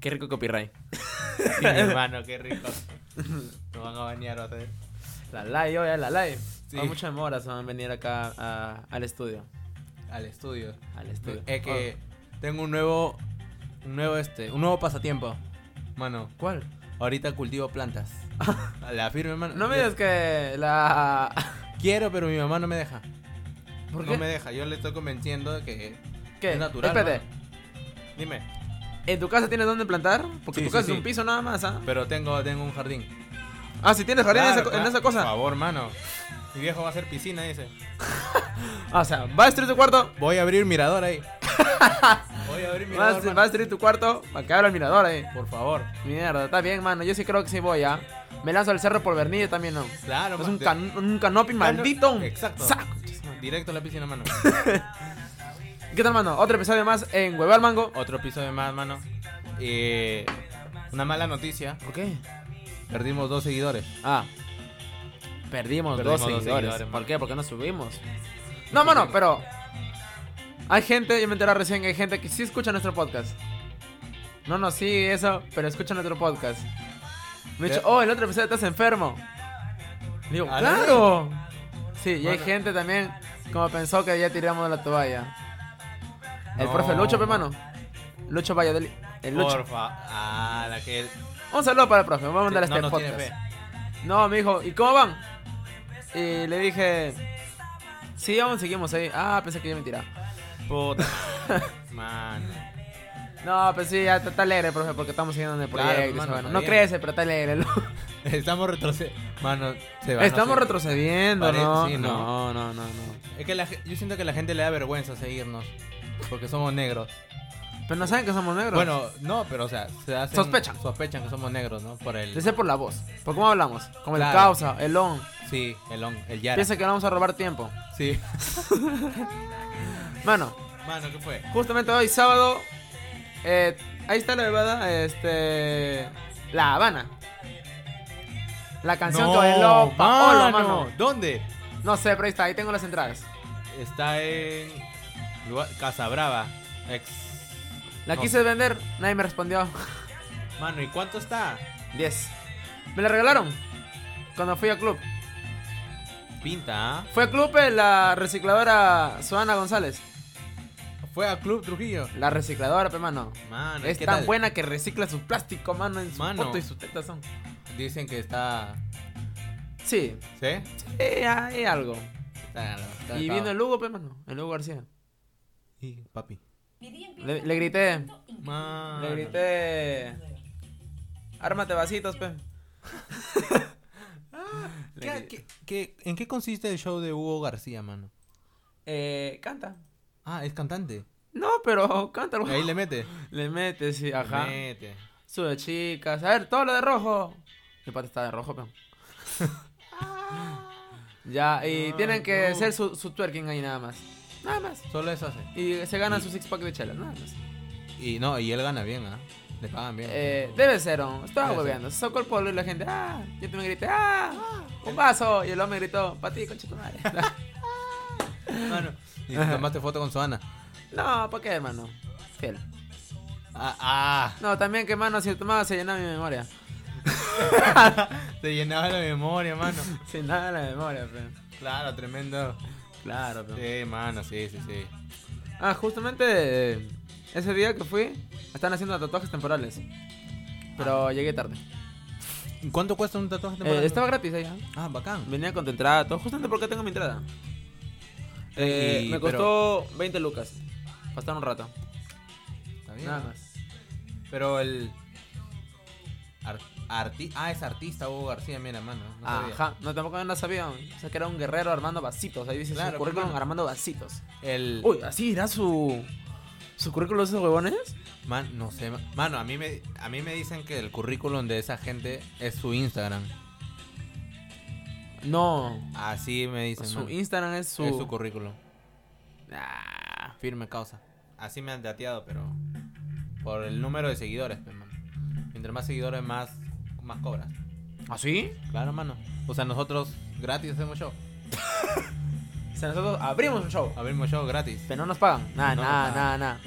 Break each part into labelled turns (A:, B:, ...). A: Qué rico copyright.
B: Sí, hermano, qué rico. Nos van a bañar otra vez.
A: La live, oye, la live.
B: Sí.
A: Hay muchas moras van a venir acá a- al estudio.
B: Al estudio.
A: Al estudio.
B: Es Eh, que
A: Ah.
B: tengo un nuevo. Un nuevo este. Un nuevo pasatiempo. Mano,
A: Oh, ¿Cuál?
B: ahorita cultivo plantas. A La firme, mano.
A: No me
B: Yo
A: digas que la...
B: Quiero, pero mi mamá no me deja.
A: ¿Por
B: No
A: qué?
B: me deja. Yo le estoy convenciendo de que
A: ¿Qué?
B: es natural.
A: Espérate.
B: mano. Dime.
A: ¿En tu casa tienes dónde plantar? Porque
B: Sí,
A: tu
B: sí,
A: casa
B: sí.
A: es un piso nada más, ¿ah?
B: Pero tengo, tengo un jardín.
A: Ah, si tienes jardín en
B: Claro,
A: esa co- en,
B: claro.
A: esa,
B: Por
A: cosa.
B: favor, mano. Mi viejo va a hacer piscina, dice.
A: Ah, o sea, va a destruir tu cuarto.
B: Voy a abrir mirador ahí. Voy a abrir
A: Va a,
B: mirador.
A: destru-
B: mano.
A: va a destruir tu cuarto para que abra el mirador ahí.
B: Por favor.
A: eh. Mierda, está bien, mano. Yo sí creo que sí voy, ¿ah? Me lanzo al cerro por Bernilla también, ¿no?
B: Claro,
A: Es
B: mano.
A: un,
B: Te-
A: can- un canopy
B: Claro,
A: maldito.
B: Exacto.
A: Sac.
B: Directo a la piscina, mano.
A: ¿Qué tal, mano? Otro episodio más en Huevo al Mango.
B: Otro piso de más, mano. Eh, una mala noticia.
A: ¿Por qué?
B: Perdimos dos seguidores.
A: Ah. Perdimos, dos
B: Perdimos dos
A: seguidores.
B: seguidores,
A: ¿Por
B: mano.
A: qué? Porque no subimos. No, mano, pero. Hay gente, yo me enteré recién, hay gente que sí escucha nuestro podcast. No nos sigue eso, pero escucha nuestro podcast. Me ha dicho,
B: ¿Eh?
A: oh, el otro episodio estás enfermo. Le digo,
B: ¿Ah,
A: claro. Sí, y hay
B: Mano.
A: gente también como pensó que ya tiramos la toalla. El
B: No,
A: profe Lucho, pe,
B: mano.
A: mano. Lucho Valladolid. El Lucho.
B: Porfa. Ah, la que él.
A: Un saludo para el profe, vamos a mandarle
B: no
A: este
B: nos
A: podcast.
B: tiene fe.
A: No, me dijo, ¿y cómo van? Y le dije, sí, aún seguimos ahí. Ah, pensé que ya me tiraba.
B: Puta. mano.
A: No, pues sí, ya está, está alegre, profe, porque estamos siguiendo en el
B: Claro,
A: proyecto.
B: hermano,
A: esa vaina.
B: está
A: no
B: bien.
A: crece, pero está alegre. lo-
B: Estamos retrocediendo. Mano, se va.
A: Estamos
B: no sé.
A: retrocediendo,
B: Pare-
A: ¿no?
B: sí,
A: ¿no?
B: ¿no?
A: No, no, no.
B: Es que la ge- yo siento que la gente le da vergüenza seguirnos. Porque somos negros.
A: Pero no saben que somos negros.
B: Bueno, no, pero o sea, se hacen-
A: Sospechan.
B: Sospechan que somos negros, ¿no? Por el.
A: de ser por la voz. ¿Por cómo hablamos? Como el
B: Claro.
A: causa, el on.
B: Sí, el on, el Yara.
A: Piensa que vamos a robar tiempo.
B: Sí.
A: Mano,
B: Mano, ¿qué fue?
A: justamente hoy, sábado, eh, ahí está la bebada, este... La Habana. La canción que bailó Paola, mano.
B: ¿Dónde?
A: No sé, pero ahí está, ahí tengo las entradas.
B: Está en lugar- Casa Brava. Ex.
A: La
B: No.
A: quise vender, nadie me respondió.
B: Mano, ¿y cuánto está?
A: 10. Me la regalaron cuando fui al club.
B: Pinta, ¿ah?
A: Fue al club eh, la recicladora Suana González.
B: Fue a Club Trujillo.
A: La recicladora, pe mano.
B: Mano,
A: Es
B: ¿qué
A: tan
B: tal?
A: buena que recicla su plástico, mano, en su
B: Mano.
A: poto y sus tetas son.
B: Dicen que está.
A: Sí,
B: ¿Sí?
A: eh, hay algo.
B: Está, está-
A: Y
B: está-
A: vino el Lugo, pe mano. El Lugo García.
B: Y, papi.
A: Le, le grité,
B: Mano.
A: le grité. Ármate vasitos, pe. Le
B: ¿Qué-
A: grité.
B: qué- qué- en qué consiste el show de Hugo García, mano?
A: Eh, canta.
B: Ah, es cantante.
A: No, pero canta algo.
B: Ahí le mete.
A: Le mete, sí, ajá.
B: Le mete.
A: Sube chicas, a ver, todo lo de rojo. Mi pata está de rojo, pero. ya, y
B: Ah,
A: tienen que
B: no.
A: hacer su, su twerking ahí nada más. Nada más.
B: Solo eso hace.
A: Y se ganan su six pack de chela, nada más.
B: Y no, y él gana bien, ¿ah? Le pagan bien.
A: Eh, debe ser, ¿no? estaba
B: Debe ser.
A: hueveando. Se sacó el polvo y la gente, ah, yo te me grité, ah, un vaso. Y el hombre gritó, para ti, concha tu madre.
B: Mano. Y te tomaste foto con Suana.
A: no, ¿para qué, hermano? Fiel.
B: Ah, ah.
A: No, también que, mano, si tomaba se llenaba mi memoria.
B: Te llenaba la memoria, mano.
A: Sin nada en la memoria, pero.
B: Claro, tremendo.
A: Claro, pero.
B: Sí, mano, sí, sí, sí.
A: Ah, justamente eh, ese día que fui, están haciendo tatuajes temporales. Pero llegué tarde.
B: ¿Y ¿Cuánto cuesta un tatuaje
A: Eh,
B: temporal?
A: estaba gratis allá.
B: Ah, bacán.
A: Venía con tu entrada, todo, justamente porque tengo mi entrada. Eh,
B: Y-
A: me costó 20 lucas. Pasar un rato.
B: Está bien.
A: Nada más.
B: Pero el. ar- arti- ah, es artista Hugo García, mira, mano. no sabía.
A: Ajá, no tampoco no sabía. O sea que era un guerrero armando vasitos. Ahí dice
B: Claro,
A: su
B: pues,
A: currículum
B: mano.
A: armando vasitos.
B: El.
A: Uy, así irá su. su currículum de esos huevones.
B: Man, no sé. ma- Mano, a mí, me, a mí me dicen que el currículum de esa gente es su Instagram.
A: No.
B: Así me dicen.
A: Su
B: mano.
A: Instagram es su.
B: Es su currículum.
A: Ah.
B: Firme causa. Así me han dateado, pero. Por el número de seguidores, pues, mano. Mientras más seguidores, más, más cobras.
A: ¿Ah, sí?
B: Claro, mano. O sea, nosotros gratis hacemos show.
A: O sea, nosotros abrimos un show.
B: Abrimos show gratis.
A: Pero no nos pagan. Nada,
B: No nos
A: nada, nada,
B: pagan.
A: nada.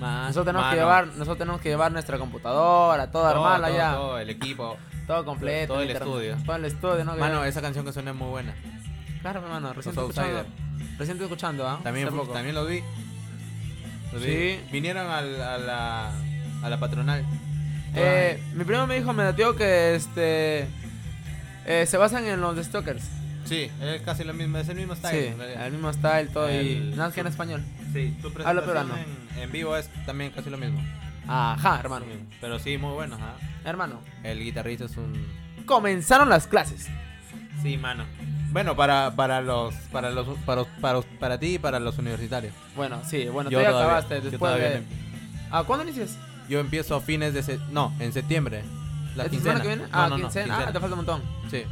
B: Mano,
A: Nosotros tenemos, que
B: mano.
A: llevar, nosotros tenemos que llevar nuestra computadora, todo,
B: Todo,
A: armarla
B: todo,
A: ya. Todo,
B: todo, el equipo.
A: completo.
B: todo el
A: internet,
B: estudio.
A: Todo el estudio, ¿no? Que-
B: Mano, esa canción que suena es muy buena.
A: claro, hermano, recién
B: Los
A: estoy escuchando. Recién estoy escuchando, ¿ah?
B: También,
A: Hace
B: fu-
A: poco.
B: también los vi. Los
A: Sí.
B: vi. Vinieron al- a, la, a la patronal.
A: Eh, mi primo me dijo, me dateó que este. eh, se basan en los de Stalkers.
B: Sí, es casi lo mismo, es el mismo
A: Sí,
B: style. en realidad.
A: el mismo style, todo y.
B: El-
A: Nada más que en español.
B: Sí, tu
A: Habla
B: presentación
A: peruano.
B: en, en vivo es también casi lo mismo.
A: Ajá, hermano.
B: Pero sí, muy bueno, ajá.
A: Hermano,
B: El guitarrista es un...
A: comenzaron las clases.
B: Sí, mano. Bueno, para, para los para los para, para, para ti y para los universitarios.
A: Bueno, sí, bueno,
B: Yo
A: tú ya
B: todavía-
A: acabaste
B: yo
A: después
B: todavía
A: de. Ah, ¿cuándo inicias?
B: Yo empiezo a fines de... se- No, en septiembre. La
A: ¿Esta
B: quincena.
A: semana que viene?
B: No,
A: Ah,
B: no, no,
A: quincena. Ah, te falta un montón.
B: Sí,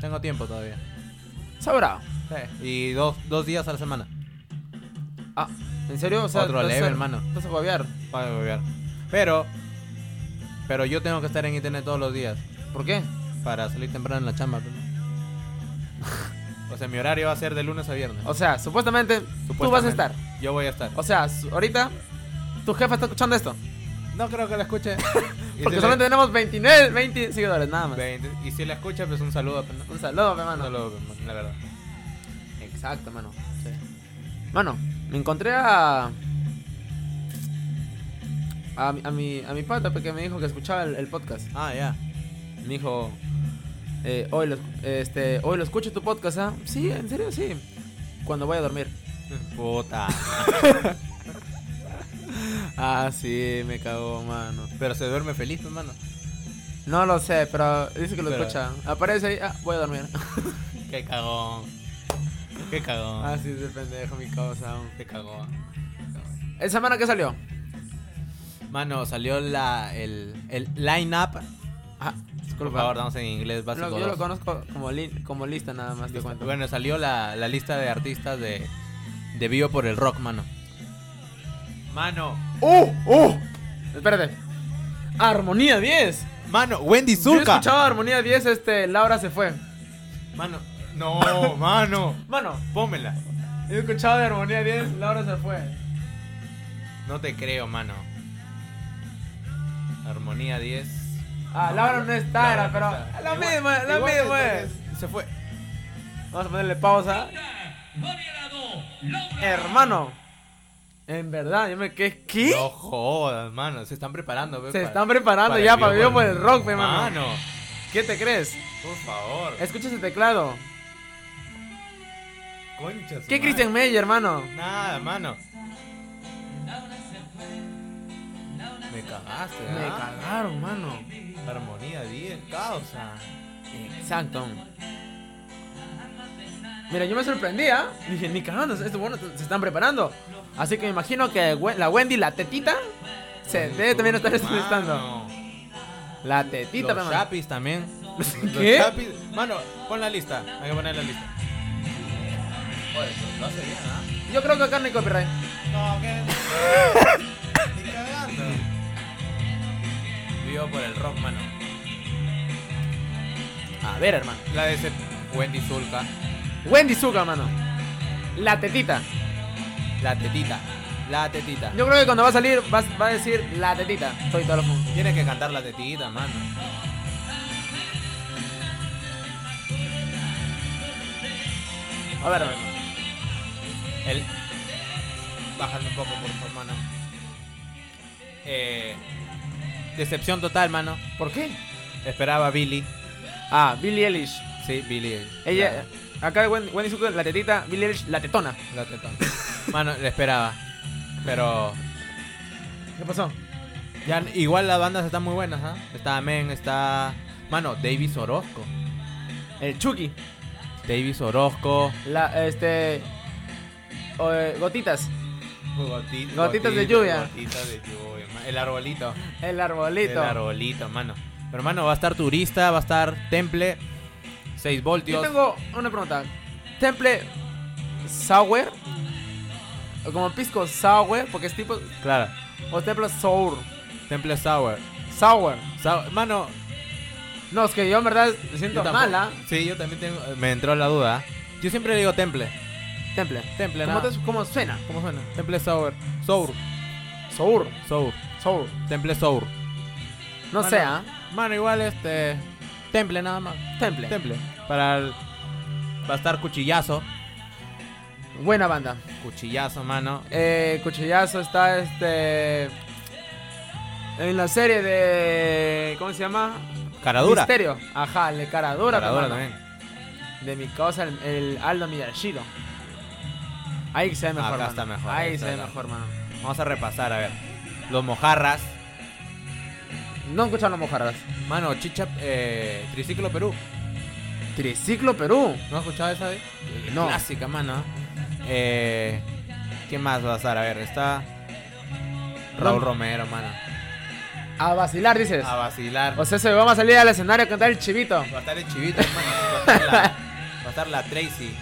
B: tengo tiempo todavía.
A: Sabrá.
B: Y dos, dos días a la semana.
A: Ah, ¿en serio? O sea,
B: Otro
A: vas a
B: level,
A: hacer-
B: hermano.
A: Vas a huevear.
B: Para beber. Pero... Pero yo tengo que estar en internet todos los días.
A: ¿Por qué?
B: Para salir temprano en la chamba. pues, ¿no? o sea, mi horario va a ser de lunes a viernes.
A: O sea, supuestamente, tú vas a
B: Supuestamente.
A: estar.
B: Yo voy a estar.
A: O sea, su- ahorita tu jefa está escuchando esto.
B: No creo que la escuche. Y
A: Porque
B: si
A: solamente tenemos 29, 20 seguidores, nada
B: la,
A: más. Ah,
B: 20. Y si la escucha, pues un saludo. pues, ¿no?
A: Un saludo,
B: Un
A: hermano.
B: saludo, pues, la verdad.
A: Exacto, mano. Mano, me encontré a. A, mi- a mi, a mi pata porque me dijo que escuchaba el, el podcast.
B: Ah, ya.
A: Me dijo, eh, hoy, lo, este, hoy lo escucho tu podcast, ¿ah? Sí, en serio, sí. Cuando voy a dormir. Mm.
B: Puta.
A: Ah, sí, me cagó, mano.
B: Pero se duerme feliz, pues, hermano.
A: No lo sé, pero dice que lo
B: Pero-
A: escucha. Aparece ahí, ah, voy a dormir.
B: Qué cagón. Qué cagón.
A: Ah, sí, ese pendejo, mi causa.
B: Qué cagón.
A: ¿Esa semana qué salió?
B: Mano, salió la, el, el line-up.
A: Ah,
B: Por
A: disculpa.
B: favor, damos en inglés
A: Yo lo-
B: básico.
A: yo lo
B: dos.
A: conozco como, li- como lista nada más, te
B: Listo.
A: cuento.
B: Bueno, salió la, la lista de artistas de, de Vivo por el Rock, mano. Mano.
A: ¡Oh! ¡Oh! Espérate. Armonía 10.
B: Mano, Wendy
A: Yo
B: Zulka.
A: escuchaba Armonía 10, este, Laura se fue.
B: Mano. No, mano.
A: Mano,
B: Pómela.
A: yo escuchaba de Armonía 10, Laura se fue.
B: No te creo, mano. Armonía 10.
A: Ah, Laura no está,
B: Laura
A: era,
B: no
A: pero.
B: está.
A: La
B: Igual-
A: misma, la
B: igual
A: misma
B: es-
A: es.
B: Se fue.
A: Vamos a ponerle pausa. Hermano. En verdad, yo me quedé. ¿Qué?
B: No jodas, mano. Se están preparando, ve,
A: se
B: para-
A: están preparando ya para vivir por el rock, pe, mano.
B: Mano,
A: ¿Qué te crees?
B: por favor.
A: Escucha ese teclado.
B: Concha su
A: ¿Qué
B: madre.
A: Christian Meyer, hermano?
B: Nada, mano. Me cagaste,
A: Me
B: ¿ah?
A: cagaron, mano.
B: Armonía 10, causa.
A: Exacto. Mira, yo me sorprendía. Dije, ni cagando, estos bueno se están preparando. Así que me imagino que Wen- la Wendy, la tetita, se debe Eh, también estar
B: Mano.
A: entrevistando. La tetita,
B: Los
A: hermano.
B: Chapis también.
A: ¿Qué?
B: Los Chapis. Mano, pon la lista. Hay que poner la lista. Oye, lo hace bien, ¿ah?
A: Yo creo que acá no hay copyright.
B: No, que. Ni cagando. Vivo por el rock, mano.
A: A ver, hermano.
B: La de ese Wendy Zulka.
A: Wendy Zuka, mano. La tetita.
B: La tetita. La tetita.
A: Yo creo que cuando va a salir va, va a decir la tetita. Soy todo lo fun-
B: Tienes que cantar la tetita, mano.
A: A ver, hermano.
B: El... Bájale un poco, por favor, mano. Eh... Decepción total, mano.
A: ¿Por qué?
B: Esperaba a Billy.
A: Ah, Billie Eilish.
B: Sí, Billy. eh,
A: Ella, acá Wendy, Wendy Zuka, la tetita. Billie Eilish, la tetona.
B: La, la tetona. Mano, le esperaba. Pero.
A: ¿Qué pasó?
B: Ya, igual las bandas están muy buenas, ¿ah? Está Amen, está. Mano, Davis Orozco.
A: El Chucky.
B: Davis Orozco.
A: La, este. o, eh, gotitas.
B: Gotitas,
A: Gotitas de lluvia.
B: Gotitas de lluvia, ma- El arbolito.
A: El arbolito.
B: El arbolito, mano. Pero, mano, va a estar turista, va a estar temple. 6
A: Yo
B: voltios.
A: tengo una pregunta. Temple sour. O Como pisco sour, porque es tipo.
B: Claro.
A: O temple sour.
B: Temple Sour.
A: Sour.
B: Sour- Mano,
A: No, es que yo en verdad me
B: yo
A: siento
B: tampoco-
A: mala.
B: Sí, yo también tengo. Me entró la duda. ¿ah? Yo siempre digo temple.
A: Temple.
B: Temple,
A: ¿Cómo,
B: nada.
A: te- cómo suena?
B: ¿Cómo suena? Temple Sour. Sour.
A: Sour.
B: Sour.
A: Sour.
B: Temple Sour.
A: No
B: Mano,
A: sé, ¿ah?
B: Mano, igual este. Temple nada más.
A: Temple.
B: Temple. Para el. Va a estar cuchillazo.
A: Buena banda.
B: Cuchillazo, mano.
A: Eh, Cuchillazo está este. En la serie de. ¿Cómo se llama?
B: Caradura.
A: Misterio. Ajá, el de Caradura.
B: Caradura
A: hermano.
B: también.
A: De mi causa, el, el Aldo Miyashiro. Ahí se ve mejor,
B: Acá
A: mano.
B: está mejor, ahí
A: Ahí
B: está
A: se ve
B: mejor.
A: mejor, mano.
B: Vamos a repasar, a ver. Los mojarras.
A: No escuchan los mojarras.
B: Mano, Chicha. eh, Triciclo Perú.
A: Triciclo Perú.
B: ¿No has escuchado esa? eh?
A: No.
B: Clásica, mano. Eh, ¿Qué más va a estar? A ver, está. Raúl
A: Rom-
B: Romero, mano.
A: A vacilar, dices.
B: A vacilar.
A: O sea, se van a salir al escenario a cantar el chivito.
B: Va a estar el chivito, hermano. Va a estar la, va a estar la Tracy.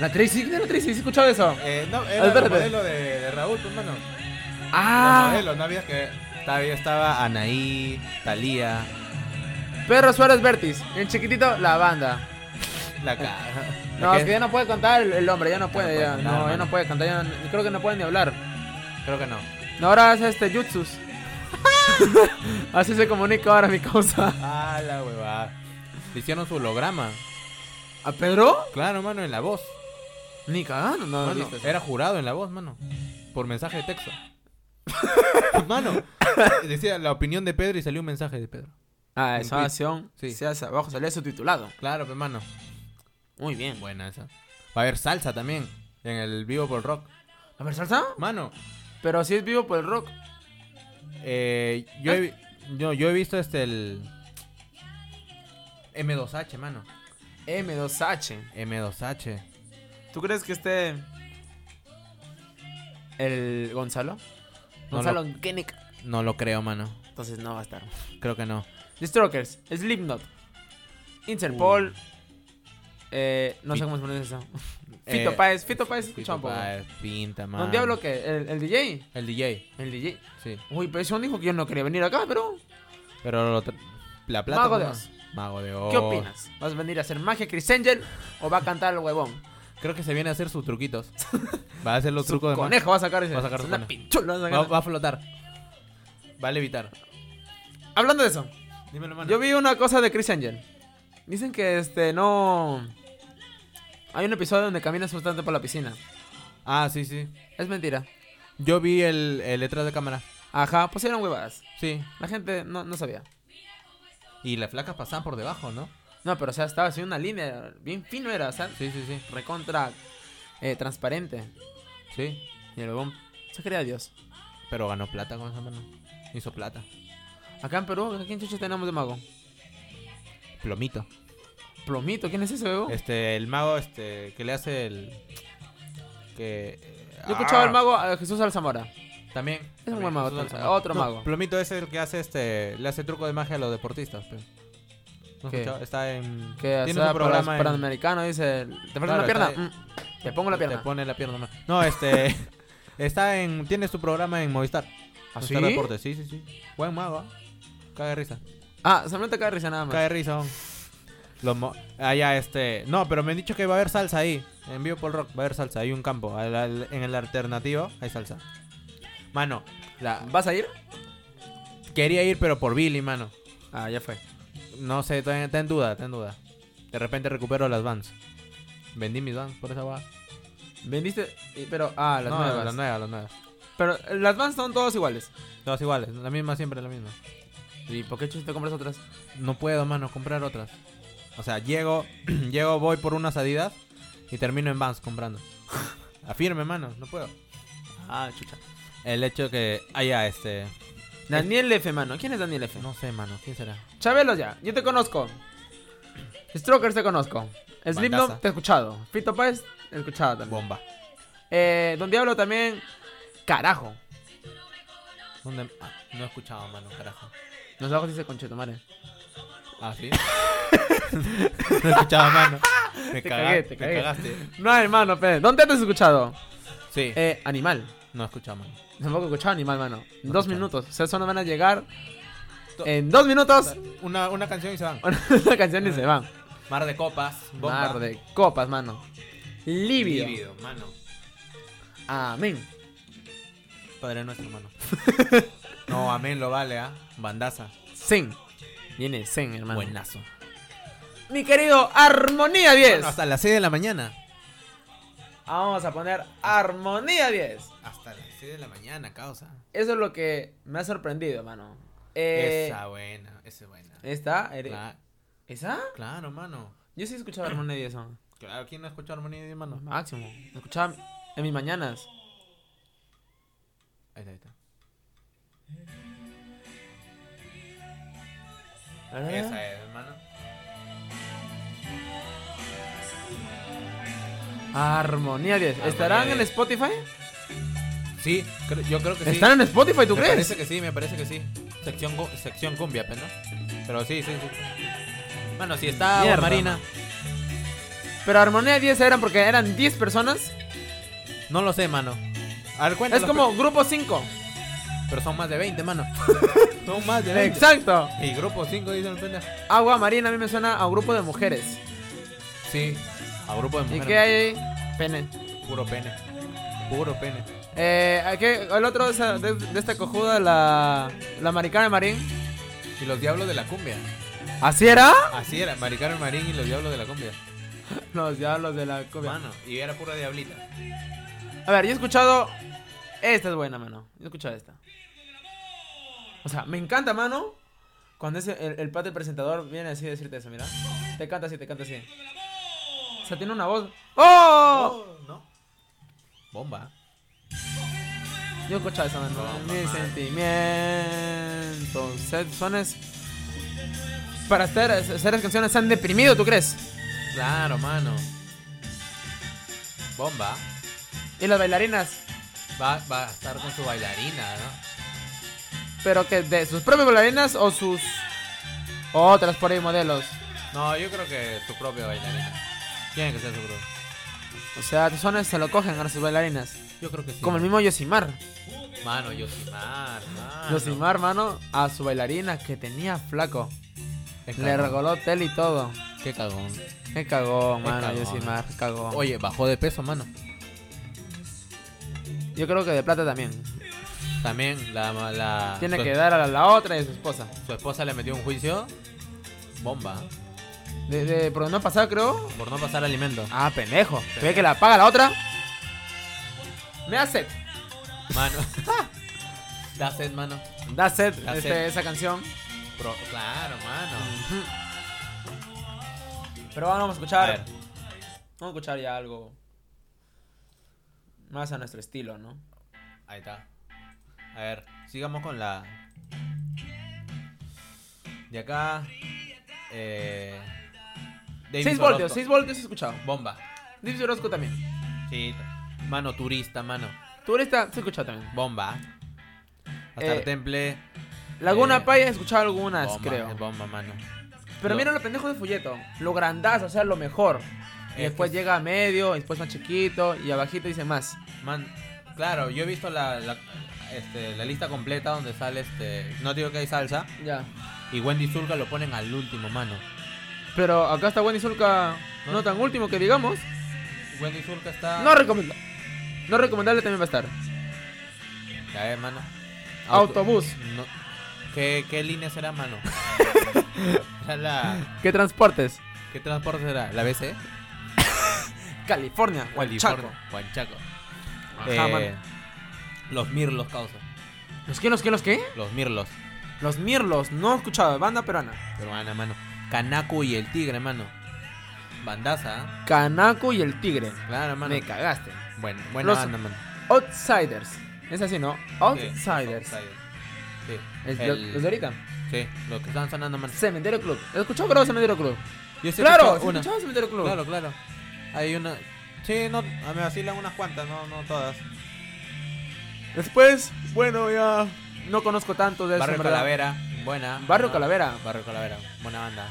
A: La Tracy, ¿quién era Tracy? ¿Sí escuchado eso?
B: Eh, no, era el
A: Espérate.
B: modelo de, de Raúl, pues, hermano. El
A: Ah,
B: modelo, no había que. Todavía estaba Anaí, Talía,
A: Perro Suárez Vertis. En chiquitito, la banda.
B: la cara.
A: No, es que ya no puede cantar el, el hombre, ya no puede,
B: puede
A: ya.
B: cantar,
A: no, ya
B: mano.
A: no puede cantar, ya no- creo que no puede ni hablar.
B: Creo que no.
A: No, ahora hace este jutsus. Así se comunica ahora mi causa.
B: Ah, la huevada. Le hicieron su holograma.
A: ¿A Pedro? eh,
B: Claro, mano, en la voz.
A: Ni cagando, no,
B: Mano,
A: viste eso.
B: era jurado en la voz, mano. Por mensaje de texto. mano, decía la opinión de Pedro y salió un mensaje de Pedro.
A: Ah,
B: un
A: esa
B: tweet.
A: acción.
B: Sí.
A: Se hace abajo, salía su titulado.
B: Claro, pues, mano.
A: Muy bien.
B: Buena esa. Va a haber salsa también. En el vivo por el rock.
A: ¿A ver, salsa?
B: Mano,
A: Pero si es vivo por el rock.
B: eh, yo,
A: Ah.
B: he, vi- yo, yo he visto este el. M2H, mano.
A: M2H.
B: M2H.
A: ¿Tú crees que esté. El Gonzalo?
B: No
A: Gonzalo Koenig.
B: No lo creo, mano.
A: Entonces no va a estar.
B: Creo que no.
A: The Strokers, Slipknot, Interpol. Eh, no sé
B: Fit-
A: cómo se pronuncia eso.
B: Eh,
A: Fito Páez, Fito Páez escucha Ah, un
B: Fito
A: poco.
B: Páez, Pinta, mano.
A: ¿Dónde hablo qué? ¿El, el DJ?
B: El DJ,
A: El DJ.
B: sí.
A: Uy, pero ese un dijo que yo no quería venir acá, pero.
B: Pero lo tra- la plata.
A: Mago de
B: mano.
A: Oz.
B: Mago de Oz.
A: ¿Qué opinas? ¿Vas a venir a hacer magia Chris Angel o va a cantar el huevón?
B: Creo que se viene a hacer sus truquitos. Va a hacer los trucos de magia.
A: Conejo va a sacar ese.
B: Va a sacar su
A: una
B: conejo.
A: pinchula. va a
B: Va,
A: sacar.
B: va a flotar. Va a levitar.
A: Hablando de eso,
B: Dímelo, mano.
A: yo vi una cosa de Chris Angel. Dicen que este no. Hay un episodio donde caminas bastante por la piscina.
B: Ah, sí, sí.
A: Es mentira.
B: Yo vi el, el detrás de cámara.
A: Ajá, pues eran huevadas.
B: Sí.
A: La gente no, no sabía.
B: Y las flacas pasaban por debajo, ¿no?
A: No, pero o sea, estaba así una línea, bien fino era, o sea,
B: Sí, sí, sí.
A: recontra eh, transparente.
B: Sí.
A: Y el boom, se crea Dios.
B: Pero ganó plata con esa mano. Hizo plata.
A: Acá en Perú, ¿a quién chucho tenemos de mago?
B: Plomito.
A: Plomito, ¿quién es ese bebo?
B: Este, el mago, este, que le hace el. Que.
A: Yo escuchaba
B: Ah.
A: al mago a Jesús Alzamora.
B: También.
A: Es un
B: También,
A: buen mago,
B: Jesús
A: otro-
B: Alzamora.
A: otro mago.
B: Plomito es el que hace este. Le hace truco de magia a los deportistas, pe. ¿No has
A: ¿Qué?
B: escuchado? Está en.
A: Que
B: tiene
A: o sea,
B: un programa.
A: para, los
B: en-
A: americanos dice, ¿te falta
B: Claro,
A: una pierna?
B: está
A: Mm, te pongo la
B: Te
A: pierna.
B: pone la pierna. nomás. No, este. está en. Tiene su programa en Movistar.
A: ¿Ah,
B: Movistar
A: sí?
B: Deportes, sí, sí, sí. Buen mago. ¿ah? Caga de risa.
A: Ah, se me te cae risa nada más.
B: Cae de risa. aún. Los mo- ah, ya, este. No, pero me han dicho que va a haber salsa ahí. En vivo por rock va a haber salsa. Hay un campo. Al- al- en el alternativo hay salsa. Mano, la-
A: ¿Vas a ir?
B: quería ir, pero por Billy, mano.
A: Ah, ya fue.
B: No sé, todavía- está en duda, está en duda. De repente recupero las vans. Vendí mis vans por esa va.
A: Vendiste, y- pero, ah, las
B: no,
A: nuevas.
B: Las nuevas, las nuevas.
A: Pero eh, las vans son todas iguales.
B: Todas iguales, la misma siempre, la misma.
A: ¿Y por qué chucho te compras otras?
B: No puedo, mano, comprar otras. O sea, llego, llego, voy por unas adidas y termino en Vans comprando. Afirme, mano, no puedo.
A: Ah, chucha.
B: El hecho que haya este.
A: Daniel F, mano. ¿Quién es Daniel F?
B: No sé, mano, ¿quién será?
A: Chabelo ya, yo te conozco. Strokers te conozco.
B: Bandaza.
A: Slipknot te he escuchado. Fito Páez he escuchado también.
B: Bomba.
A: Eh, Don Diablo también. Carajo.
B: ¿Dónde? ah, no he escuchado, mano, carajo.
A: Los ojos dice conchetumare.
B: Ah, sí. no he escuchado, mano. Me,
A: Te
B: caga-
A: cagué, te
B: me
A: cagué.
B: cagaste.
A: No, hermano, pe. ¿Dónde te has escuchado?
B: Sí,
A: Eh, animal.
B: no he escuchado, mano.
A: Tampoco he escuchado animal, mano. En
B: No
A: dos
B: escuchaba.
A: minutos. O sea, eso no van a llegar.
B: To-
A: En dos minutos,
B: Una, una canción y se van.
A: una canción y se van.
B: Mar de copas. Bomba.
A: Mar de copas, mano. Lívido.
B: Lívido, mano.
A: Amén.
B: Padre nuestro, hermano. no, amén, lo vale, ¿ah? Bandaza.
A: Zen. Viene Zen, hermano.
B: Buenazo.
A: Mi querido Armonía 10.
B: Bueno, hasta las 6 de la mañana.
A: Ah, Vamos a poner Armonía 10.
B: Hasta las 6 de la mañana, causa.
A: Eso es lo que me ha sorprendido, hermano. Eh,
B: Esa buena, esa es buena.
A: ¿Esta? Ere-
B: Cla-
A: ¿Esa?
B: claro, mano.
A: Yo sí escuchaba Armonía 10, ¿no?
B: Claro, ¿quién no escucha armonía de mano?
A: máximo. Lo escuchaba en mis mañanas.
B: Ahí está, ahí está.
A: Ah.
B: Esa es, hermano.
A: Armonía 10.
B: Armonía
A: ¿Estarán
B: 10.
A: en Spotify?
B: Sí, creo- yo creo que sí.
A: ¿Están en Spotify, tú
B: me
A: crees?
B: parece que sí, me parece que sí. Sección, gu- sección cumbia, pues, ¿no? Pero sí, sí, sí. Bueno, si está
A: Mierda,
B: Marina,
A: Pero Armonía 10 eran porque eran 10 personas.
B: no lo sé, mano. A ver,
A: Es
B: cuéntanos,
A: como grupo 5.
B: pe- Pero son más de 20, mano. son más de 20.
A: Exacto.
B: Y grupo 5 dicen el pendejo.
A: Agua marina a mí me suena a grupo de mujeres.
B: Sí, a grupo de
A: ¿Y
B: mujeres.
A: qué hay ahí? Pene.
B: Puro pene. Puro pene.
A: Eh, ¿a qué- el otro de, esa- de- de esta cojuda, la, la maricana de Marín.
B: Y los diablos de la cumbia.
A: ¿Así era?
B: Así era, Maricarmen Marín y los diablos de la cumbia.
A: Los diablos de la cumbia.
B: Mano, y era pura diablita.
A: A ver, yo he escuchado. Esta es buena, mano. Yo he escuchado esta. O sea, me encanta, mano. Cuando ese, el, el pata, el presentador, viene así a decirte eso, mira. Te canta así, te canta así. O sea, tiene una voz. ¡Oh!
B: ¿No? Bomba.
A: Yo he escuchado esa, mano.
B: No,
A: Mis
B: mamá.
A: sentimientos. se- Sones. Para hacer, hacer las canciones, se han deprimido, ¿tú crees?
B: Claro, mano. Bomba.
A: Y las bailarinas.
B: Va, va a estar con su bailarina, ¿no?
A: Pero que de sus propias bailarinas o sus. o otras por ahí modelos.
B: No, yo creo que su propia bailarina. Tiene que ser su propia.
A: O sea, sones se lo cogen a sus bailarinas.
B: Yo creo que sí.
A: Como el mismo Yosimar.
B: Mano, Yosimar, mano.
A: Yosimar, mano, a su bailarina que tenía flaco.
B: Qué
A: Le
B: cagón.
A: regaló tel y todo.
B: Qué cagón.
A: Me cagó,
B: Qué
A: mano,
B: cagón.
A: Yosimar. Cagó.
B: Oye, bajó de peso, mano.
A: Yo creo que de plata también.
B: También la... la
A: Tiene
B: su-
A: que dar a la, la otra y a su esposa.
B: Su esposa le metió un juicio. Bomba.
A: De, de- por no pasar, creo.
B: Por no pasar alimento.
A: Ah, pendejo. Ve que la paga la otra. Me hace.
B: Mano. da sed, mano.
A: Da set
B: Da
A: este,
B: sed.
A: esa canción.
B: Pro- claro, mano.
A: Ujú. Pero ahora vamos a
B: A
A: escuchar.
B: ver,
A: Vamos a escuchar ya algo. Más a nuestro estilo, ¿no?
B: ahí está. A ver, sigamos con la. De acá. Eh, David
A: 6
B: Orozco.
A: voltios, 6 voltios he escuchado.
B: Bomba.
A: Dips Orozco también.
B: Sí. Mano turista, mano.
A: Turista, se escucha también.
B: Bomba. Hasta
A: Eh,
B: temple.
A: Laguna
B: Eh,
A: Paya he escuchado algunas,
B: Bomba,
A: creo.
B: es bomba, mano.
A: Pero
B: lo-
A: mira lo pendejo de Folleto. Lo grandazo, o sea, lo mejor. Y
B: Es
A: después
B: que-
A: llega a medio, y después más chiquito, y abajito dice más.
B: Man, claro, yo he visto la, la, este, la lista completa donde sale este. No digo que hay salsa.
A: Ya.
B: Y Wendy Zulka lo ponen al último, mano.
A: Pero acá está Wendy Zulka, no,
B: No.
A: tan último que digamos.
B: Wendy Zulka está.
A: No recomenda- No recomendable también va a estar.
B: Ya ves, mano.
A: Autobús.
B: No. ¿Qué, ¿Qué línea será, mano? Será la-
A: ¿Qué transportes?
B: ¿Qué transporte será? ¿La BC?
A: California, o el Chaco.
B: California, Huanchaco.
A: Ajá,
B: Eh,
A: mano.
B: los Mirlos, causa.
A: ¿Los qué, los qué, los qué?
B: Los Mirlos.
A: Los Mirlos, no he escuchado, banda peruana.
B: Peruana, mano. Canaco y el Tigre, mano. Bandaza, ¿eh?
A: Kanako y el Tigre.
B: Claro, mano.
A: Me cagaste.
B: Bueno, buena
A: Los-
B: banda, mano.
A: Outsiders. Es así, ¿no? Outsiders.
B: Sí, Sí.
A: Es lo-
B: El-
A: Los de ahorita.
B: Sí, los que están sonando, mano.
A: Cementerio Club. ¿Has escuchado creo Cementerio Club?
B: Yo sí he
A: claro,
B: escuchado
A: ¿has escuchado Cementerio Club?
B: Claro, claro. Hay una. Sí, no, a- me vacilan unas cuantas, no, no todas.
A: Después, bueno, ya no conozco tanto de
B: Barrio
A: eso, en verdad.
B: Calavera, buena.
A: Barrio
B: No,
A: Calavera.
B: Barrio Calavera, buena banda.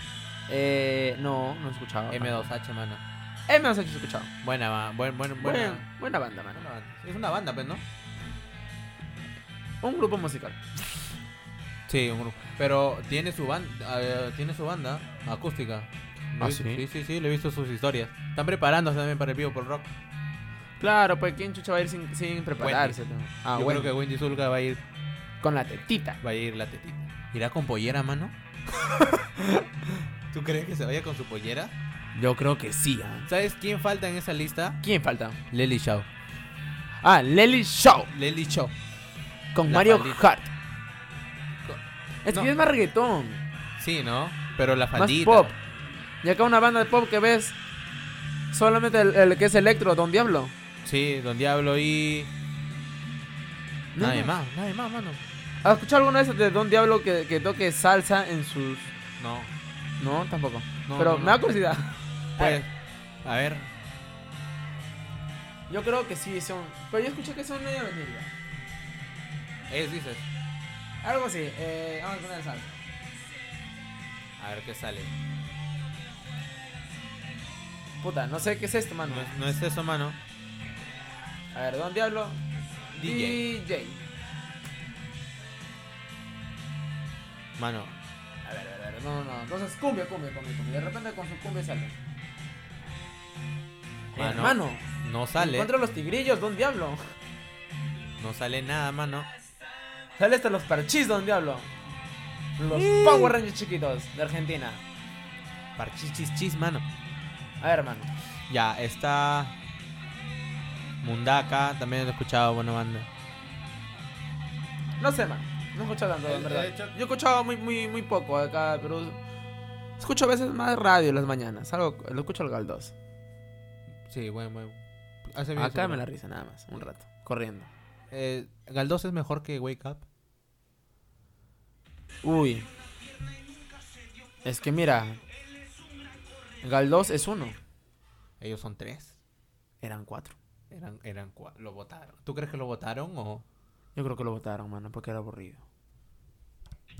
A: Eh, no, no he escuchado.
B: M2H, mano.
A: M2 he escuchado.
B: Buena, ma- buen, buen, buena.
A: Buena, buena banda, mano.
B: buena banda. Es una banda, pues, ¿no?
A: Un grupo musical.
B: Sí, un grupo. Pero tiene su banda, tiene su banda acústica. Lo
A: ¿Ah,
B: he-
A: sí?
B: Sí, sí, sí, le he visto sus historias. Están preparándose también para el vivo por rock.
A: Claro, pues ¿quién chucha va a ir sin, sin prepararse? no? Ah,
B: Yo
A: bueno.
B: creo que Wendy Zulka va a ir,
A: Con la tetita.
B: va a ir la tetita. ¿Irá con pollera, mano? ¿Tú crees que se vaya con su pollera?
A: Yo creo que sí. ¿ah?
B: ¿Sabes quién falta en esa lista?
A: ¿Quién falta?
B: Lely Shaw.
A: Ah, Lely Show.
B: Lely Shaw.
A: Con
B: La
A: Mario
B: faldita.
A: Hart. Es
B: No.
A: que es más reggaetón.
B: Sí, ¿no? Pero la faldita.
A: Más pop. Y acá una banda de pop que ves. Solamente el, el que es electro, Don Diablo.
B: Sí, Don Diablo y...
A: No,
B: Nadie
A: no.
B: más, nadie más, mano.
A: ¿Has escuchado alguna vez de Don Diablo que, que toque salsa en sus.?
B: No.
A: No, tampoco.
B: No,
A: Pero
B: no, no.
A: me da curiosidad.
B: Pues, a ver.
A: Yo creo que sí son. Pero yo escuché que son medio venería.
B: Es, dices.
A: Algo así. Eh, vamos a poner salsa.
B: A ver qué sale.
A: Puta, no sé qué es esto, mano.
B: No, es- no es eso, mano.
A: A ver, Don Diablo.
B: DJ.
A: DJ.
B: Mano.
A: A ver, a ver, a ver. No, no, no. Entonces, cumbia, cumbia, cumbia, cumbia. De repente con su cumbia sale.
B: Mano.
A: Hermano,
B: No sale.
A: Contra los tigrillos, Don Diablo.
B: No sale nada, mano.
A: Sale hasta los parchís, Don Diablo. Los
B: Mm.
A: Power Rangers chiquitos de Argentina.
B: Parchichis chis, mano.
A: A ver, hermano.
B: Ya, está. Mundaka, también lo he escuchado, buena banda.
A: No sé, man. No he escuchado tanto, en
B: El-
A: verdad.
B: el hecho-
A: Yo he escuchado muy, muy, muy poco acá, pero. Escucho a veces más radio en las mañanas. Algo, lo escucho al Galdós.
B: Sí, bueno, bueno. Hace bien
A: Acá
B: su-
A: me la risa, nada más. Un rato. Corriendo.
B: Eh, Galdós es mejor que Wake Up.
A: Uy. Es que mira. Galdós es uno.
B: Ellos son tres.
A: Eran cuatro.
B: Eran, eran cua- Lo votaron. ¿Tú crees que lo votaron o.?
A: Yo creo que lo votaron, mano, porque era aburrido.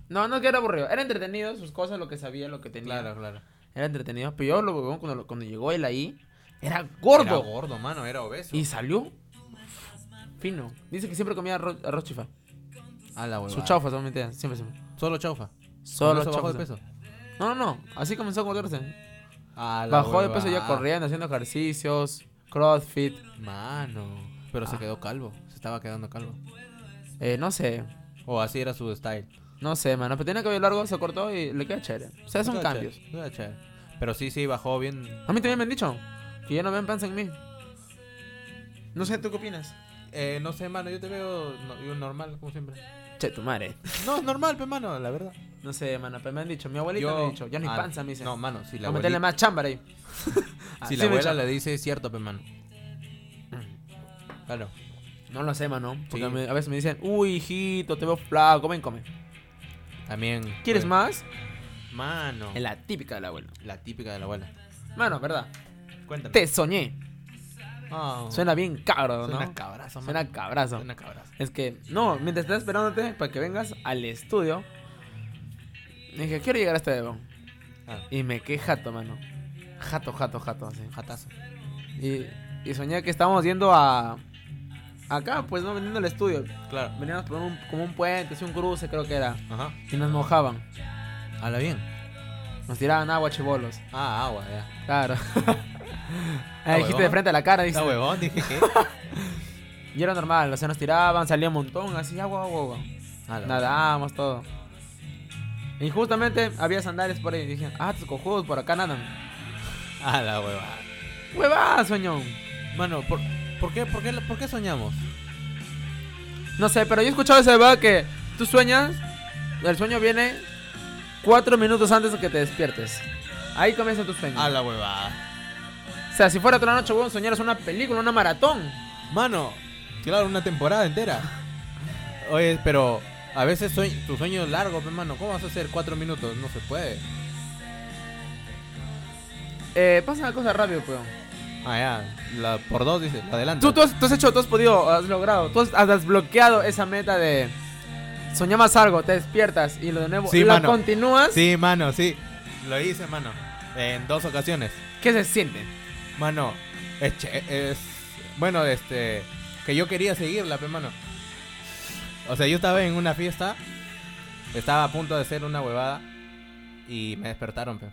A: No, no que era aburrido. Era entretenido, sus cosas, lo que sabía, lo que tenía.
B: Claro, claro.
A: Era entretenido. Pero yo lo huevón, cuando, lo- cuando llegó él ahí, era
B: Era
A: gordo.
B: gordo, mano, era obeso.
A: y salió fino. Dice que siempre comía arroz, arroz chifa.
B: A la
A: Su
B: huevada.
A: chaufa solamente, siempre, siempre.
B: Solo chaufa.
A: Solo
B: Con eso bajó
A: chaufa.
B: de peso.
A: No, no, no. Así comenzó con 14.
B: A la
A: Bajó de peso ya
B: huevada.
A: corriendo, haciendo ejercicios, crossfit.
B: Mano. Pero se
A: Ah.
B: quedó calvo. Se estaba quedando calvo.
A: Eh, no sé.
B: O así era su style.
A: No sé, mano. Pero tenía cabello largo, se cortó y le queda chévere. O sea, son
B: Estaba
A: cambios.
B: chévere, estaba chévere. Pero sí, sí, bajó bien.
A: A mí también me han dicho que ya no ven panza en mí. No sé, ¿tú qué opinas?
B: Eh, no sé, mano, yo te veo no- yo normal, como siempre.
A: Che, tu madre.
B: No, es normal, pe, mano, la verdad.
A: No sé, mano, pero me han dicho. Mi abuelita me ha dicho. Ya ni
B: ah,
A: panza, me dice.
B: No, mano, si la
A: Vamos a meterle
B: abuelita,
A: más chámbara ahí.
B: si
A: Así
B: la
A: me
B: abuela
A: echa-
B: le dice, es cierto, pe, mano. Claro.
A: No lo sé, mano. Porque
B: Sí.
A: me- a veces me dicen, uy, hijito, te veo flaco, ven, come.
B: También.
A: ¿Quieres
B: pues,
A: más?
B: Mano.
A: Es la típica del abuelo.
B: La típica de la abuela.
A: Mano, ¿verdad?
B: Cuéntame.
A: Te soñé.
B: Ah,
A: Suena bien cabro, ¿no?
B: Suena cabrazo, mano.
A: Suena cabrazo.
B: Suena cabrazo.
A: Es que, no, mientras estaba esperándote para que vengas al estudio, dije, quiero llegar a este debo.
B: Ah.
A: Y me quedé jato, mano. Jato, jato, jato, así.
B: Jatazo.
A: Y, y soñé que estábamos yendo a. Acá, pues, no, veniendo al estudio.
B: Claro.
A: Veníamos por un, como un puente, así un cruce, creo que era.
B: Ajá.
A: Y nos mojaban.
B: Habla bien.
A: Nos tiraban agua, chibolos.
B: Ah, agua, ya.
A: Claro. Ah, dijiste de
B: huevón.
A: frente a la cara,
B: Está
A: dice.
B: huevón, dije que.
A: Y era normal, o sea, nos tiraban, salía un montón, así, agua, agua, agua.
B: Ah, la
A: Nadamos, todo. Y justamente había sandales por ahí. Dije, ah, tus cojudos por acá nadan.
B: hue- Ah, la huevada.
A: ¡Huevá, sueño!
B: Mano, ¿por, por qué, por, qué, por qué soñamos?
A: No sé, pero yo he escuchado esa huevada que tú sueñas, el sueño viene cuatro minutos antes de que te despiertes. Ahí comienza tu sueño.
B: A la huevada.
A: O sea, si fuera toda la noche, huevón, soñaras una película, una maratón.
B: Mano, claro, una temporada entera. Oye, pero a veces sue- tu sueño es largo, pero mano, ¿cómo vas a hacer cuatro minutos? No se puede.
A: Eh, pasa una cosa rápido, huevón.
B: Ah, ya, la, por dos dice, adelante.
A: Tú, tú has, tú has hecho, tú has podido, has logrado, tú has, has desbloqueado esa meta de... Soñabas algo, te despiertas y lo de nuevo
B: Sí,
A: lo
B: mano.
A: continúas.
B: Sí, mano, sí. Lo hice, mano. En dos ocasiones.
A: ¿Qué se siente?
B: Mano, es, che- es- bueno, este que yo quería seguirla, pero mano. O sea, yo estaba en una fiesta, estaba a punto de hacer una huevada y me despertaron, pe.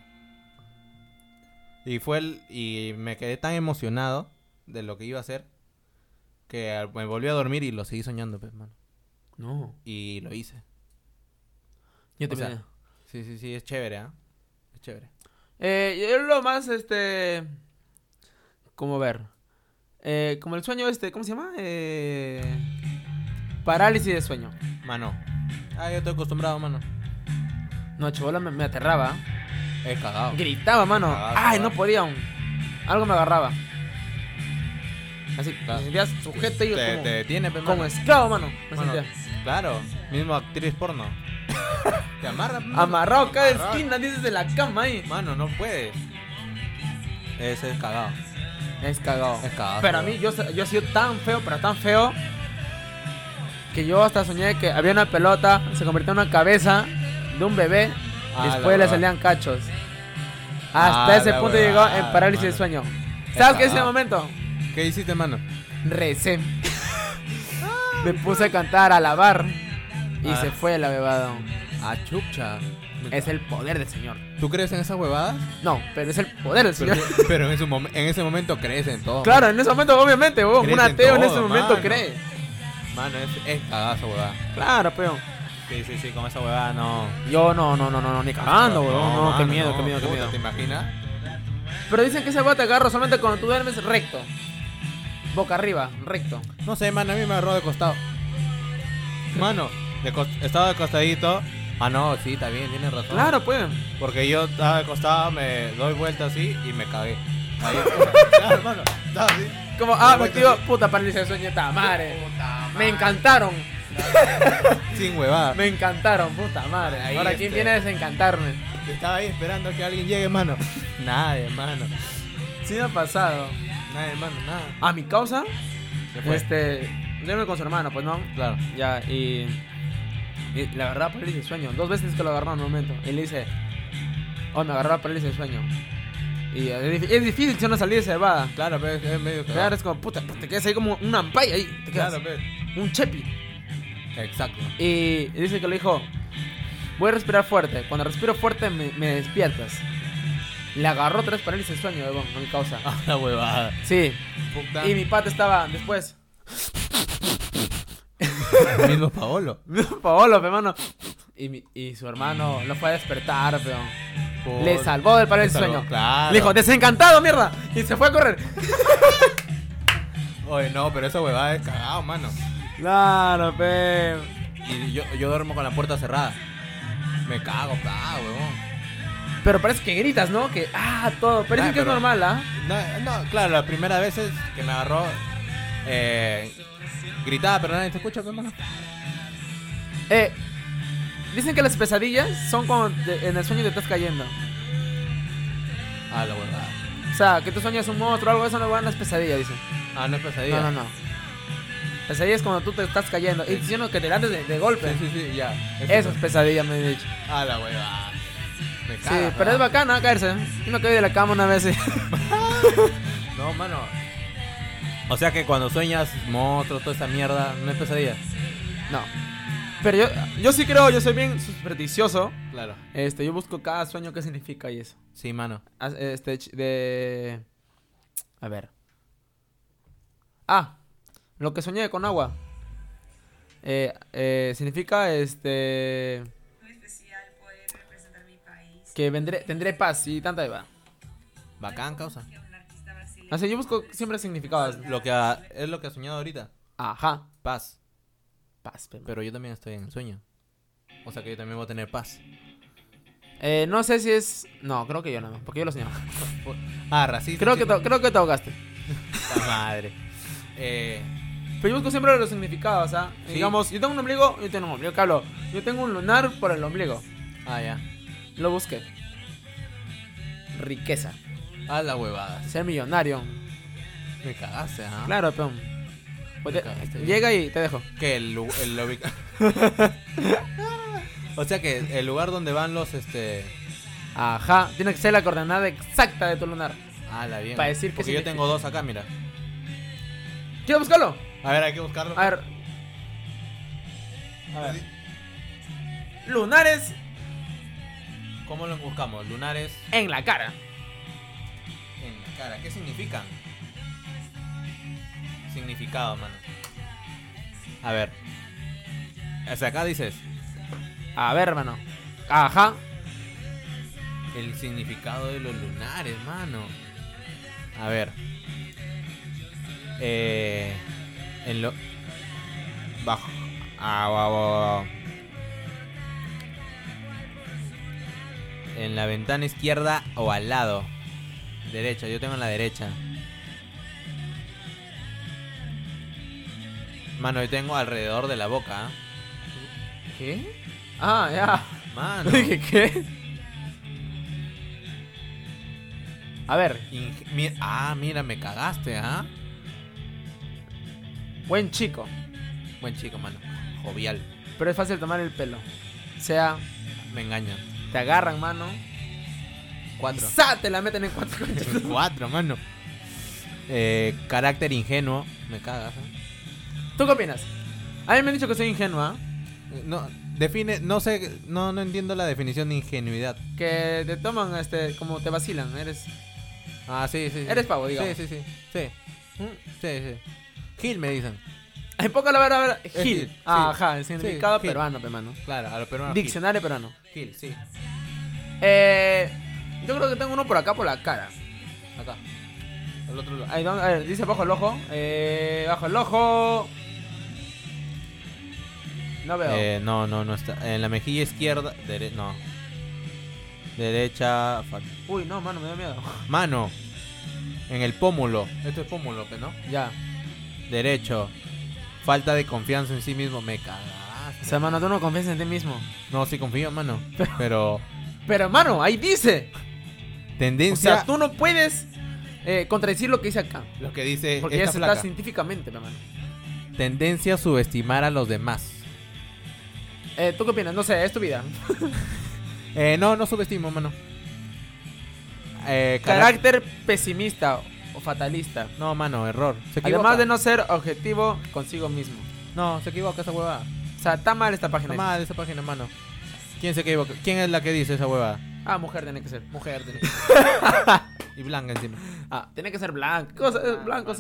B: Y fue el y me quedé tan emocionado de lo que iba a hacer que al- me volví a dormir y lo seguí soñando, pues, mano.
A: No.
B: Y lo hice.
A: Yo
B: O sea,
A: también.
B: Sí, sí, sí, es chévere, ¿ah? Es chévere.
A: Eh, yo lo más, este. Como ver. Eh, como el sueño, este. ¿Cómo se llama? Eh, parálisis de sueño.
B: Mano. Ah, yo estoy acostumbrado, mano.
A: No, chivola me, me aterraba.
B: Es cagado.
A: Gritaba, mano.
B: Cagado,
A: Ay,
B: cagado.
A: no podía aún. Algo me agarraba. Así,
B: Claro.
A: me sentías sujeto y yo
B: Te,
A: como,
B: te detiene, pe,
A: como
B: mano.
A: esclavo, mano. Me
B: Mano,
A: sentía.
B: Claro, mismo actriz porno. Te amarra. pe, mano.
A: Amarrado cada
B: Amarrado.
A: esquina, dices de la cama ahí.
B: Mano, no puedes. Ese es cagado.
A: Es cagado.
B: Es cagado.
A: Pero a mí, yo, yo he sido tan feo, pero tan feo, que yo hasta soñé que había una pelota, se convirtió en una cabeza de un bebé,
B: Ah, la
A: después le
B: huevada.
A: salían cachos.
B: Ah,
A: Hasta ese
B: la
A: punto
B: huevada,
A: llegó en parálisis de
B: mano.
A: sueño.
B: Es
A: ¿Sabes qué Ah, es ese
B: cagado.
A: momento?
B: ¿Qué hiciste, mano?
A: Recé. Me puse a cantar, a alabar, y
B: Ah.
A: se fue la bebada.
B: Ah, chucha.
A: Es el poder del Señor.
B: ¿Tú crees en esas huevadas?
A: No, pero es el poder del
B: Pero,
A: Señor.
B: pero en, su momen- en ese momento crees en todo.
A: Claro, en ese momento, obviamente, huevón,
B: Crees
A: un
B: en
A: ateo en
B: todo,
A: ese momento
B: mano.
A: cree.
B: Mano, es, es cagada esa huevada.
A: Claro, peón.
B: Sí, sí, sí, con esa huevada no.
A: Yo no, no, no, no, no, ni cagando, weón. Ah, No, qué
B: mano,
A: miedo, qué miedo, qué
B: puta,
A: miedo.
B: ¿Te imaginas?
A: Pero dicen que ese bate agarra solamente cuando tú duermes recto. Boca arriba, recto.
B: No sé, mano, a mí me agarró de costado. Mano, de cos- estaba de costadito. Ah, no, sí, está bien, tienes razón.
A: Claro, pues.
B: Porque yo estaba de costado, me doy vuelta así y me cagué. Ahí, claro, mano, estaba así.
A: Como, ah,
B: Perfecto,
A: me activo,
B: sí.
A: puta parálisis de sueño, ta madre.
B: Puta
A: Me
B: madre.
A: encantaron,
B: Sin huevada.
A: me encantaron, puta madre.
B: Ahí,
A: Ahora, ¿quién
B: este.
A: viene a desencantarme?
B: Estaba ahí esperando que alguien llegue, mano. Nadie, mano.
A: Sí me ha pasado.
B: Nadie, mano, nada.
A: A mi causa,
B: Se fue.
A: este, duerme con su hermano, pues no.
B: Claro.
A: Ya, y, y la agarraba parálisis de sueño. Dos veces que lo agarró en un momento. Y le dice, oh, me agarraba parálisis de sueño. Y es, dif- es difícil si no salir de cebada.
B: Claro, pero es, es medio cagado.
A: Claro, es como, puta, pues, te quedas ahí como un ampay ahí. Te quedas,
B: Claro, pero.
A: un chepi.
B: Exacto.
A: Y dice que le dijo, voy a respirar fuerte. Cuando respiro fuerte me, me despiertas. Le agarró tres parálisis de sueño, huevón, no mi causa.
B: Ah, la huevada.
A: Sí.
B: Puta.
A: Y mi pata estaba después.
B: mismo Paolo.
A: Paolo, pe, hermano. Y, mi- y su hermano lo fue a despertar, peón.
B: Por-
A: Le salvó del
B: Le
A: parálisis de
B: salvó,
A: sueño.
B: Claro.
A: Le dijo, desencantado, mierda. Y se fue a correr.
B: Oye, no, pero esa huevada es cagado, mano.
A: Claro, pe.
B: Y yo, yo duermo con la puerta cerrada. Me cago, pa, huevón.
A: Pero parece que gritas, ¿no? Que, ah, todo. Parece
B: Ay,
A: que es
B: pero-
A: normal, ¿ah?
B: No, no, claro, la primera vez es que me agarró. Eh, gritaba, pero nadie te escucha, pe, mano.
A: Eh, dicen que las pesadillas son cuando te- en el sueño te estás cayendo.
B: Ah, la huevada.
A: O sea, que tú sueñas un monstruo o algo, eso no van las pesadillas, dicen.
B: Ah, no es pesadilla.
A: No, no, no. Pesadilla es cuando tú te estás cayendo. Y diciendo que te levantes de, de golpe.
B: Sí, sí, sí, ya.
A: Eso es pesadilla, me he dicho.
B: Ah, la huevada. Me
A: Sí,
B: cagas,
A: pero es
B: ¿verdad?
A: bacana caerse. Yo me caí de la cama una vez. sí.
B: No, mano. O sea que cuando sueñas monstruos, toda esa mierda, no es pesadilla.
A: No. Pero yo, yo sí creo, yo soy bien supersticioso.
B: Claro.
A: Este, yo busco cada sueño qué significa y eso.
B: Sí, mano.
A: As- Este, ch- de... A ver. Ah, lo que soñé con agua. Eh, eh, significa, este...
C: muy especial poder representar mi país.
A: Que vendré, tendré paz y tanta va.
B: Bacán, causa.
C: Que un artista brasileño
A: Así, yo busco siempre significados.
B: Lo que ha- es lo que has soñado ahorita.
A: Ajá,
B: Paz.
A: paz. pe-
B: Pero yo también estoy en el sueño. O sea que yo también voy a tener paz.
A: Eh, no sé si es... No, creo que yo no, porque yo lo soñé.
B: Ah, racista.
A: Creo que,
B: chico.
A: te- creo que te ahogaste.
B: Puta madre. Eh,
A: Pero yo busco siempre los significados, ¿ah?
B: Sí.
A: Digamos, yo tengo un ombligo, yo tengo un ombligo, ¿qué hablo? Yo tengo un lunar por el ombligo.
B: ah, ya.
A: Lo busqué. Riqueza.
B: Ah, la huevada.
A: Ser millonario.
B: Me cagaste, ¿ah?
A: Claro, peón. Pues te-
B: Me cagaste,
A: llega y te dejo.
B: Que el, lu- el lo- O sea que el lugar donde van los este.
A: Ajá. Tiene que ser la coordenada exacta de tu lunar.
B: Ah, la bien.
A: Pa' decir que
B: Porque yo
A: significa.
B: tengo dos acá, mira.
A: ¿Quieres buscarlo?
B: A ver, hay que buscarlo.
A: A ver. A ver. Lunares
B: ¿Cómo los buscamos? Lunares
A: en la cara.
B: en la cara. ¿Qué significan? significado, mano. A ver. Hasta acá dices
A: A ver, hermano. Ajá.
B: el significado de los lunares, mano. A ver. Eh, en lo bajo ah, guau, guau, guau. En la ventana izquierda o al lado. Derecha, yo tengo en la derecha. Mano, yo tengo alrededor de la boca. ¿ah?
A: ¿Qué? Ah, ya.
B: Mano.
A: Dije, ¿qué? A ver,
B: inge- mi- ah, mira, me cagaste, ¿ah?
A: buen chico.
B: Buen chico, mano. Jovial.
A: Pero es fácil tomar el pelo. O sea,
B: Me engañan.
A: te agarran, mano. Y
B: Cuatro.
A: ¡za! te la meten en cuatro conchas.
B: Cuatro, mano. Eh, carácter ingenuo. Me cagas. ¿eh?
A: ¿Tú qué opinas? A mí me han dicho que soy ingenua.
B: No, define, no sé, no, no entiendo la definición de ingenuidad.
A: Que te toman, este, como te vacilan. Eres.
B: Ah, sí, sí. sí.
A: Eres pavo, digamos.
B: Sí, sí, sí. Sí,
A: Mm.
B: sí. sí. Gil me dicen.
A: En poco la verdad, a ver.
B: Es
A: Gil.
B: Gil, sí.
A: Ajá, el significado
B: Sí, Gil.
A: peruano, pe, mano.
B: Claro, a los peruanos. Gil.
A: Diccionario peruano.
B: Gil, sí.
A: Eh, yo creo que tengo uno por acá, por la cara.
B: Acá. Al otro lado.
A: Ahí, ¿dónde? a ver, dice bajo el ojo. Eh, bajo el ojo. No veo.
B: Eh, no, no, no está. En la mejilla izquierda. dere- no. Derecha. fa-
A: Uy, no, mano, me da miedo.
B: Mano. En el pómulo. Esto es pómulo, ¿no?
A: ya.
B: Derecho. Falta de confianza en sí mismo. Me cagaste.
A: O sea, mano, tú no confías en ti mismo.
B: No, sí confío, mano. Pero
A: Pero, mano, ahí dice. O
B: tendencia.
A: sea, tú no puedes eh, contradecir lo que dice acá.
B: Lo que dice
A: Porque ya
B: esta
A: se
B: flaca.
A: Eh, está científicamente, mi hermano.
B: Tendencia a subestimar a los demás.
A: Eh, ¿Tú qué opinas? No sé, es tu vida.
B: Eh, no, no subestimo, mano. Eh, carac-
A: Carácter pesimista o fatalista.
B: No, mano, error. Se equivoca.
A: Además de no ser objetivo consigo mismo.
B: No, se equivoca esa huevada.
A: O sea, está mal esta
B: Está
A: página.
B: mal esa página, mano. ¿Quién se equivoca? ¿Quién es la que dice esa huevada?
A: Ah, mujer tiene que ser. Mujer tiene que ser.
B: Y blanca encima.
A: Ah, tiene que ser blanco. Cosa,
B: Ah,
A: blanco,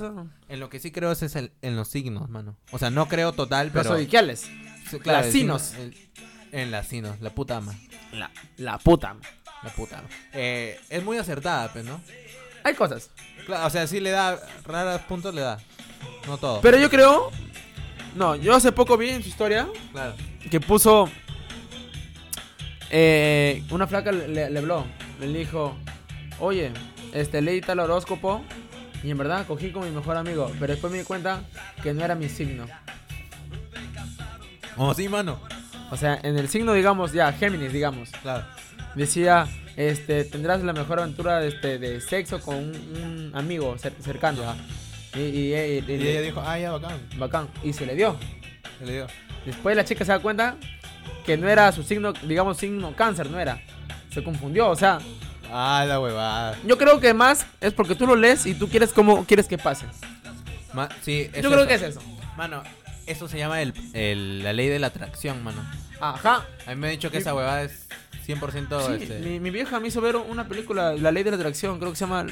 B: En lo que sí creo es, es el- en los signos, mano. O sea, no creo total,
A: Los
B: pero.
A: zodiacales.
B: Sí, claro, el signo-
A: Lasinos.
B: el- En las sinos, la puta ama.
A: La, la puta.
B: La puta ama. Eh, es muy acertada, pues, ¿no?
A: Hay cosas.
B: Claro, o sea, sí le da, raros puntos le da. No todo.
A: Pero yo creo. No, yo hace poco vi en su historia
B: claro.
A: que puso. eh, una flaca le, le- le habló. Le dijo: Oye, este, leí tal horóscopo. Y en verdad cogí con mi mejor amigo. Pero después me di cuenta que no era mi signo.
B: Oh, sí, mano.
A: O sea, en el signo, digamos, ya, Géminis, digamos.
B: Claro.
A: Decía, este, tendrás la mejor aventura este, de sexo con un, un amigo cer- cercano. Y, y- y- y-
B: Y ella dijo, ah, ya, bacán.
A: bacán. Y se le dio.
B: Y le digo,
A: Después la chica se da cuenta que no era su signo, digamos, signo cáncer, no era. Se confundió, o sea,
B: ah, la huevada.
A: yo creo que más es porque tú lo lees y tú quieres cómo quieres que pase.
B: Ma- sí, es
A: yo creo
B: eso.
A: que es eso.
B: Mano, eso se llama el, el- la ley de la atracción, mano.
A: Ajá.
B: A mí me han dicho que esa huevada es 100%
A: Sí,
B: este.
A: mi, mi vieja me hizo ver una película, La Ley de la Atracción, creo que se llama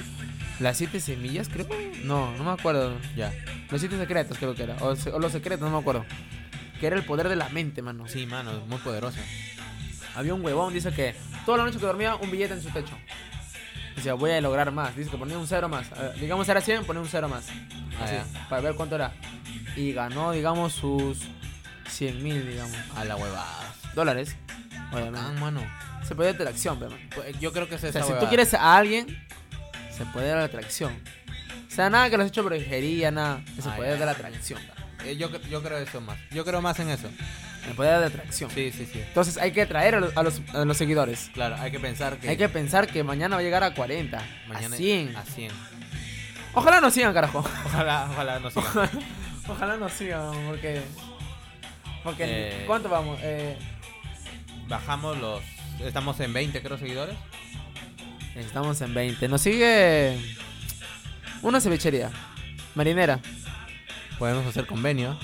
A: Las Siete Semillas, creo. No, no me acuerdo.
B: Ya.
A: Los siete secretos creo que era. O, se- o los secretos, no me acuerdo. Que era el poder de la mente, mano.
B: Sí, mano, es muy poderosa.
A: Había un huevón, dice que toda la noche que dormía, un billete en su techo. Decía, voy a lograr más. Dice que ponía un cero más. Eh, digamos era 100, ponía un cero más.
B: Ah,
A: Así, para ver cuánto era. Y ganó, digamos, sus 100 mil, digamos,
B: A la huevada.
A: dólares.
B: Ah,
A: Obviamente.
B: mano.
A: Se puede la atracción, pero
B: Pues, Yo creo que es
A: O
B: esa
A: sea, si tú
B: huevada.
A: quieres a alguien, se puede dar la atracción. O sea, nada que lo has hecho brujería, nada. Es el
B: Ah,
A: poder
B: ya.
A: de la atracción.
B: Eh, yo, cre- yo creo eso más. Yo creo más en eso.
A: El poder de la atracción.
B: Sí, sí, sí.
A: Entonces hay que atraer a los, a los- a los seguidores.
B: Claro, hay que pensar que.
A: Hay que pensar que mañana va a llegar a 40,
B: Mañana
A: a 100.
B: A 100.
A: Ojalá nos sigan, carajo.
B: Ojalá, ojalá no siga.
A: Ojalá nos sigan, porque... Porque...
B: Eh.
A: ¿Cuánto vamos? Eh,
B: Bajamos los. Estamos en 20, creo, seguidores.
A: estamos en 20. Nos sigue una cevichería. Marinera.
B: Podemos hacer convenio.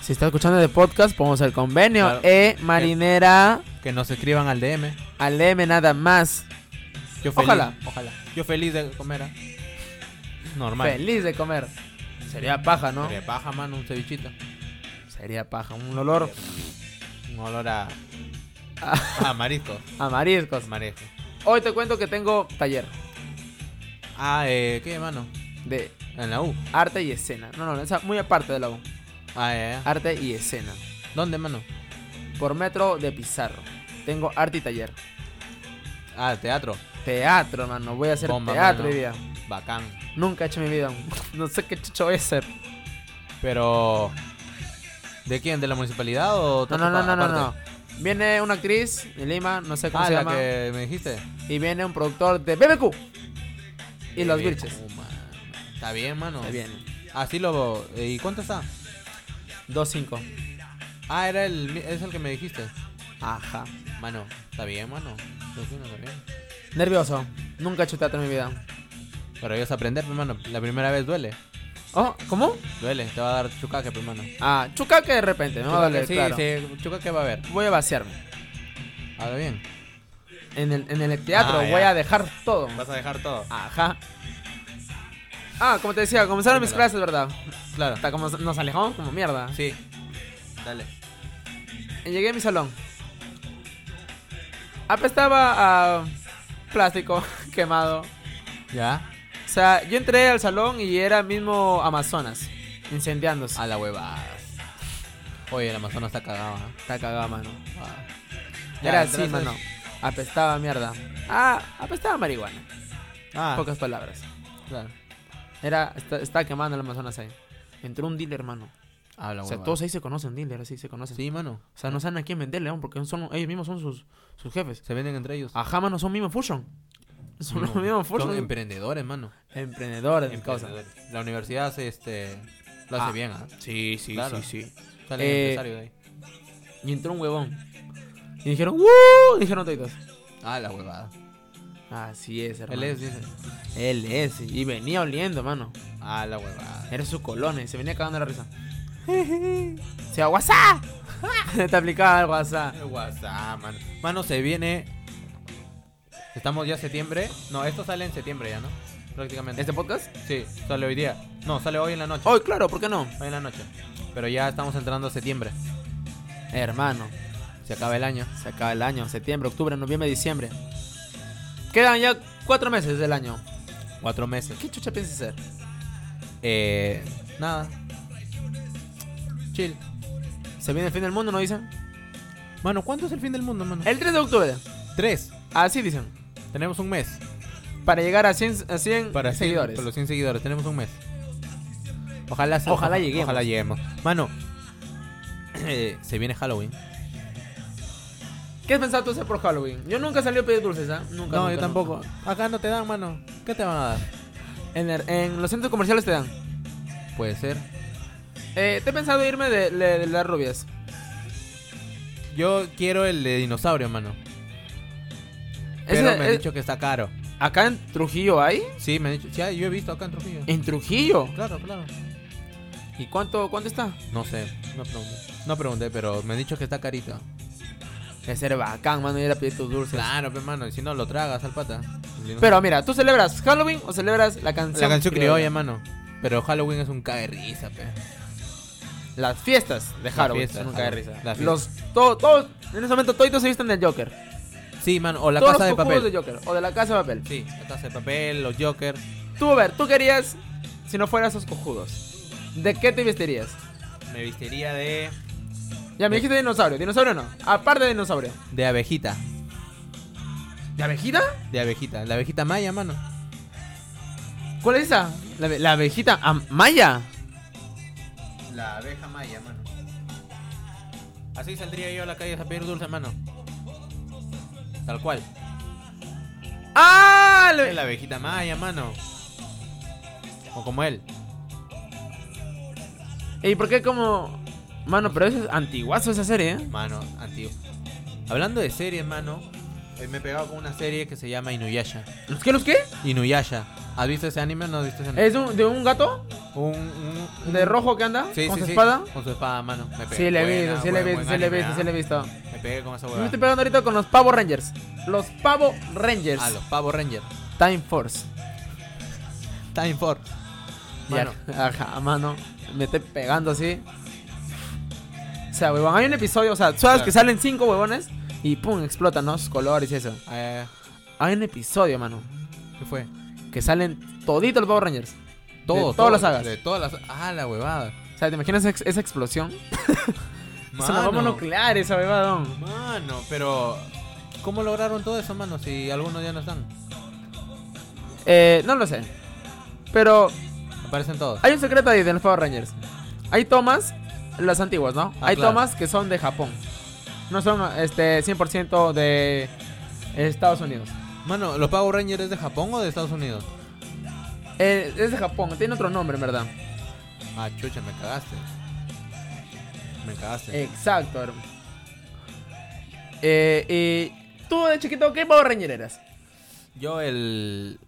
A: Si está escuchando de podcast, podemos el convenio.
B: Claro.
A: Eh, marinera,
B: Que nos escriban al DM.
A: al DM nada más.
B: Yo feliz,
A: Ojalá, ojalá.
B: Yo feliz de comer. ¿ah? Normal.
A: Feliz de comer. Sería paja, ¿no?
B: Sería paja, mano, un cevichito.
A: Sería paja. Un olor
B: Un olor a. a marisco.
A: a mariscos.
B: Marisco.
A: Hoy te cuento que tengo taller
B: Ah, eh, ¿qué, mano?
A: de
B: En la U.
A: arte y escena. No, no, esa muy aparte de la U.
B: Ah, ya, ya.
A: Arte y escena.
B: ¿Dónde, mano?
A: Por metro de Pizarro. Tengo arte y taller.
B: Ah, teatro.
A: Teatro, mano. Voy a hacer
B: Bomba,
A: teatro
B: mano.
A: hoy día.
B: Bacán.
A: Nunca he hecho en mi vida. un- No sé qué chucho voy a hacer.
B: Pero. ¿De quién? ¿De la municipalidad o
A: No,
B: te
A: no, no, no,
B: toca
A: no, no.
B: aparte?
A: Viene una actriz de Lima, no sé cómo
B: Ah,
A: se
B: la
A: llama.
B: que me dijiste.
A: Y viene un productor de BBQ. Y los
B: Bien,
A: Birches.
B: oh, mano. Está bien, mano.
A: Ahí viene.
B: Así lo. eh, ¿Y cuánto está?
A: 2-5.
B: Ah, era el. mi- Es el que me dijiste.
A: Ajá.
B: Mano, está bien, mano. Yo opino que bien.
A: Nervioso. Nunca he hecho teatro en mi vida.
B: Pero yo sé aprender, hermano. La primera vez duele.
A: Oh, ¿cómo?
B: Duele, te va a dar chucaque, pues, hermano.
A: Ah, chucaque de repente, me va a doler,
B: sí,
A: claro.
B: sí, chucaque va a haber.
A: Voy a vaciarme.
B: Ahora bien.
A: En el, en el teatro
B: Ah, ya.
A: voy a dejar todo.
B: a dejar todo.
A: Ajá. Ah, como te decía, comenzaron mis
B: Dímelo.
A: clases, ¿verdad?
B: Claro.
A: Hasta como nos alejamos como mierda.
B: Sí. Dale.
A: Llegué a mi salón. Apestaba a plástico quemado.
B: ¿Ya?
A: O sea, yo entré al salón y era mismo Amazonas, incendiándose.
B: A la huevada. Oye, el Amazonas está cagado, ¿no?
A: Está cagada, mano.
B: Ah.
A: Era
B: Ya,
A: así,
B: entonces-
A: mano. Apestaba a mierda. Ah, apestaba a marihuana.
B: Ah,
A: Pocas palabras.
B: claro.
A: Era, está, estaba quemando el Amazonas ahí. Entró un dealer, mano.
B: A la
A: o sea,
B: huevada.
A: todos ahí se conocen, dealer, así se conocen.
B: Sí, mano.
A: O sea, no saben a quién venderle aún, porque son, ellos mismos son sus, sus jefes.
B: Se venden entre ellos.
A: Ajá, mano, son mismo Fusion. Ah, Son los
B: Mano,
A: mismos
B: Son
A: Fusion.
B: emprendedores, mano.
A: Emprendedores, mi causa.
B: Emprendedores. La universidad hace, este, lo hace
A: Ah.
B: bien, ¿ah?
A: Sí, sí,
B: Claro.
A: sí, sí.
B: Sale
A: Eh,
B: empresario de ahí.
A: Y entró un huevón. Y dijeron, ¡Woo! Dijeron todos.
B: Ah, la huevada.
A: Así es, hermano.
B: Él es, dice.
A: Él es. Y venía oliendo, mano.
B: Ah, la huevada.
A: Era su colonia. y Se venía cagando la risa. Se WhatsApp. Te aplicaba el WhatsApp.
B: El WhatsApp, mano. Mano, se viene. Estamos ya septiembre. No, esto sale en septiembre ya, ¿no? Prácticamente.
A: ¿Este Oh. podcast?
B: Sí, sale hoy día. No, sale hoy en la noche.
A: Hoy, claro, ¿por qué no?
B: Hoy en la noche. Pero ya estamos entrando a septiembre.
A: Hermano,
B: Se acaba el año.
A: se acaba el año. Septiembre, octubre, noviembre, diciembre. Quedan ya cuatro meses del año.
B: Cuatro meses.
A: ¿Qué chucha piensas hacer?
B: Eh. Nada. Chill.
A: ¿Se viene el fin del mundo, no dicen?
B: Mano, ¿cuánto es el fin del mundo, mano?
A: El 3 de octubre.
B: Tres.
A: Así dicen.
B: Tenemos un mes.
A: Para llegar a 100, a 100
B: Para cien-
A: seguidores.
B: para los 100 seguidores. Tenemos un mes. Ojalá, se-
A: Ojalá lleguemos.
B: Ojalá lleguemos. Mano, eh, se viene Halloween.
A: ¿Qué has pensado tú hacer por Halloween? Yo nunca salí a pedir dulces, ¿ah? Nunca.
B: No,
A: nunca,
B: yo
A: nunca.
B: tampoco. Acá no te dan, mano. ¿Qué te van a dar?
A: En, el- en los centros comerciales te dan.
B: Puede ser.
A: Eh, te he pensado irme de, de- de las rubias.
B: Yo quiero el de dinosaurio, mano.
A: Ese-
B: Pero me han
A: es-
B: dicho que está caro.
A: ¿Acá en Trujillo hay?
B: Sí, me han dicho. Sí, ah, yo he visto acá en Trujillo.
A: ¿En Trujillo?
B: Claro, claro.
A: ¿Y cuánto, cuánto está?
B: No sé, no pregunté. No pregunté, pero me han dicho que está carito.
A: Debe ser bacán, mano, ir a pedir tus dulces.
B: Claro, pero mano, y si no lo tragas al pata.
A: Pero mira, ¿tú celebras Halloween o celebras la canción?
B: la canción criolla, mano. Pero Halloween es un cae risa, pe.
A: Las fiestas de Halloween
B: fiestas,
A: son nunca de
B: Halloween.
A: risa.
B: Las
A: Los, todos, todos, en ese momento todos se visten del Joker.
B: Sí, mano, o la
A: todos
B: casa de
A: los conjuros
B: papel.
A: de Joker o de la casa de papel.
B: Sí, la casa de papel, los Joker.
A: Tú, a ver, tú querías, si no fueras esos cojudos, ¿de qué te vestirías?
B: Me vestiría de.
A: Ya me
B: De-
A: dijiste dinosaurio, dinosaurio no, aparte de dinosaurio.
B: De abejita.
A: ¿De abejita?
B: De abejita. La abejita maya, mano.
A: ¿Cuál es esa? La, abe- la abejita ah, maya.
B: La abeja maya, mano. Así saldría yo a la calle a pedir dulce, mano. Tal cual.
A: ¡Ah! la-
B: Es la abejita maya, mano. O como él.
A: ¿Y por qué como...? Mano, pero eso es antiguazo esa serie, ¿eh?
B: Mano, antiguo. Hablando de series, mano. Hoy me he pegado con una serie que se llama Inuyasha.
A: ¿Los qué, los qué?
B: Inuyasha. ¿Has visto ese anime o no has visto ese anime?
A: ¿Es de un- de un gato?
B: Un, un-
A: ¿De
B: un-
A: rojo que anda?
B: Sí,
A: ¿Con
B: sí,
A: su
B: sí.
A: espada?
B: Con su espada, mano. Me pegué.
A: Sí, le he
B: Buena,
A: visto, sí, le he
B: buen-
A: visto,
B: buen
A: sí, le he
B: anime,
A: visto, sí, le he
B: ¿ah?
A: visto.
B: Me pegué con
A: Yo Me
B: esa
A: estoy
B: huevada.
A: pegando ahorita con los Pavo Rangers. Los Pavo Rangers.
B: A los Pavo Ranger.
A: Time Force.
B: Time Force. Mano.
A: Ya, ajá, mano. Me esté pegando así. O sea, huevón, hay un episodio, o sea, sabes
B: Claro.
A: que salen cinco huevones y pum, explotan, ¿no? Sus colores y eso.
B: Eh,
A: Hay un episodio, mano,
B: ¿Qué fue?
A: que salen toditos los Power Rangers.
B: Todo,
A: de todas las
B: todo,
A: sagas.
B: De todas las. Ah, la huevada.
A: O sea, ¿te imaginas ex- esa explosión? Es una bomba
B: Mano,
A: nuclear esa huevadón.
B: mano, pero. ¿Cómo lograron todo eso, mano? Si algunos ya no están.
A: Eh, no lo sé. Pero
B: Aparecen todos.
A: hay un secreto ahí de los Power Rangers. Hay tomas, las antiguas, ¿no?
B: Ah,
A: hay
B: claro.
A: tomas que son de Japón. No son este 100% de Estados Unidos.
B: Mano, ¿los Power Rangers es de Japón o de Estados Unidos?
A: Eh, es de Japón, tiene otro nombre, en verdad.
B: Ah, chucha, me cagaste. Me cagaste.
A: Exacto, hermano. Eh, y tú de chiquito, ¿qué Power Ranger eras?
B: Yo el.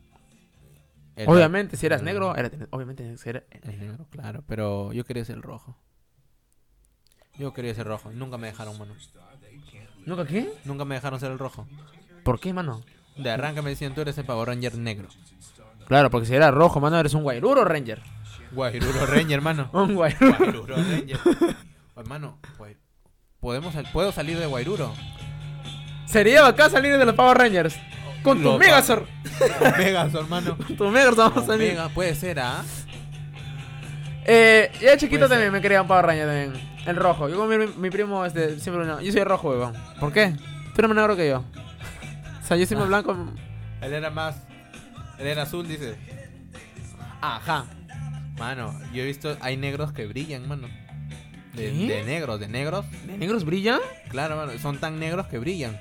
B: el-
A: obviamente, si eras
B: el-
A: negro, era, obviamente tenías que ser eh,
B: El negro, claro, pero yo quería ser el rojo. Yo quería ser rojo, nunca me dejaron, mano.
A: ¿Nunca qué?
B: Nunca me dejaron ser el rojo.
A: ¿Por qué, mano?
B: De arranque me decían, tú eres el Power Ranger negro.
A: Claro, porque si eras rojo, mano, eres un guairuro ranger.
B: Guajiruro Ranger, hermano.
A: Un guairuro.
B: Guairuro Ranger. Hermano, guay- podemos sal- puedo salir de Guairuro.
A: Sería acá salir de los Power Rangers. Con tu
B: Los-
A: Megazord.
B: Megas, hermano.
A: Con tu Megazord vamos a salir.
B: Omega, puede ser, ¿ah?
A: Eh, yo de chiquito
B: Puede
A: también me quería un Power Ranger también. El rojo. Yo con mi, mi primo, este, siempre no. Yo soy rojo, weón. ¿Por qué? Tú eres más negro que yo. O sea, yo soy más blanco.
B: Él era más. Él era azul, dice.
A: Ajá.
B: Mano, yo he visto. Hay negros que brillan, mano. De,
A: ¿Qué?
B: de negros, de negros.
A: ¿De negros brilla?
B: Claro, mano. Son tan negros que brillan.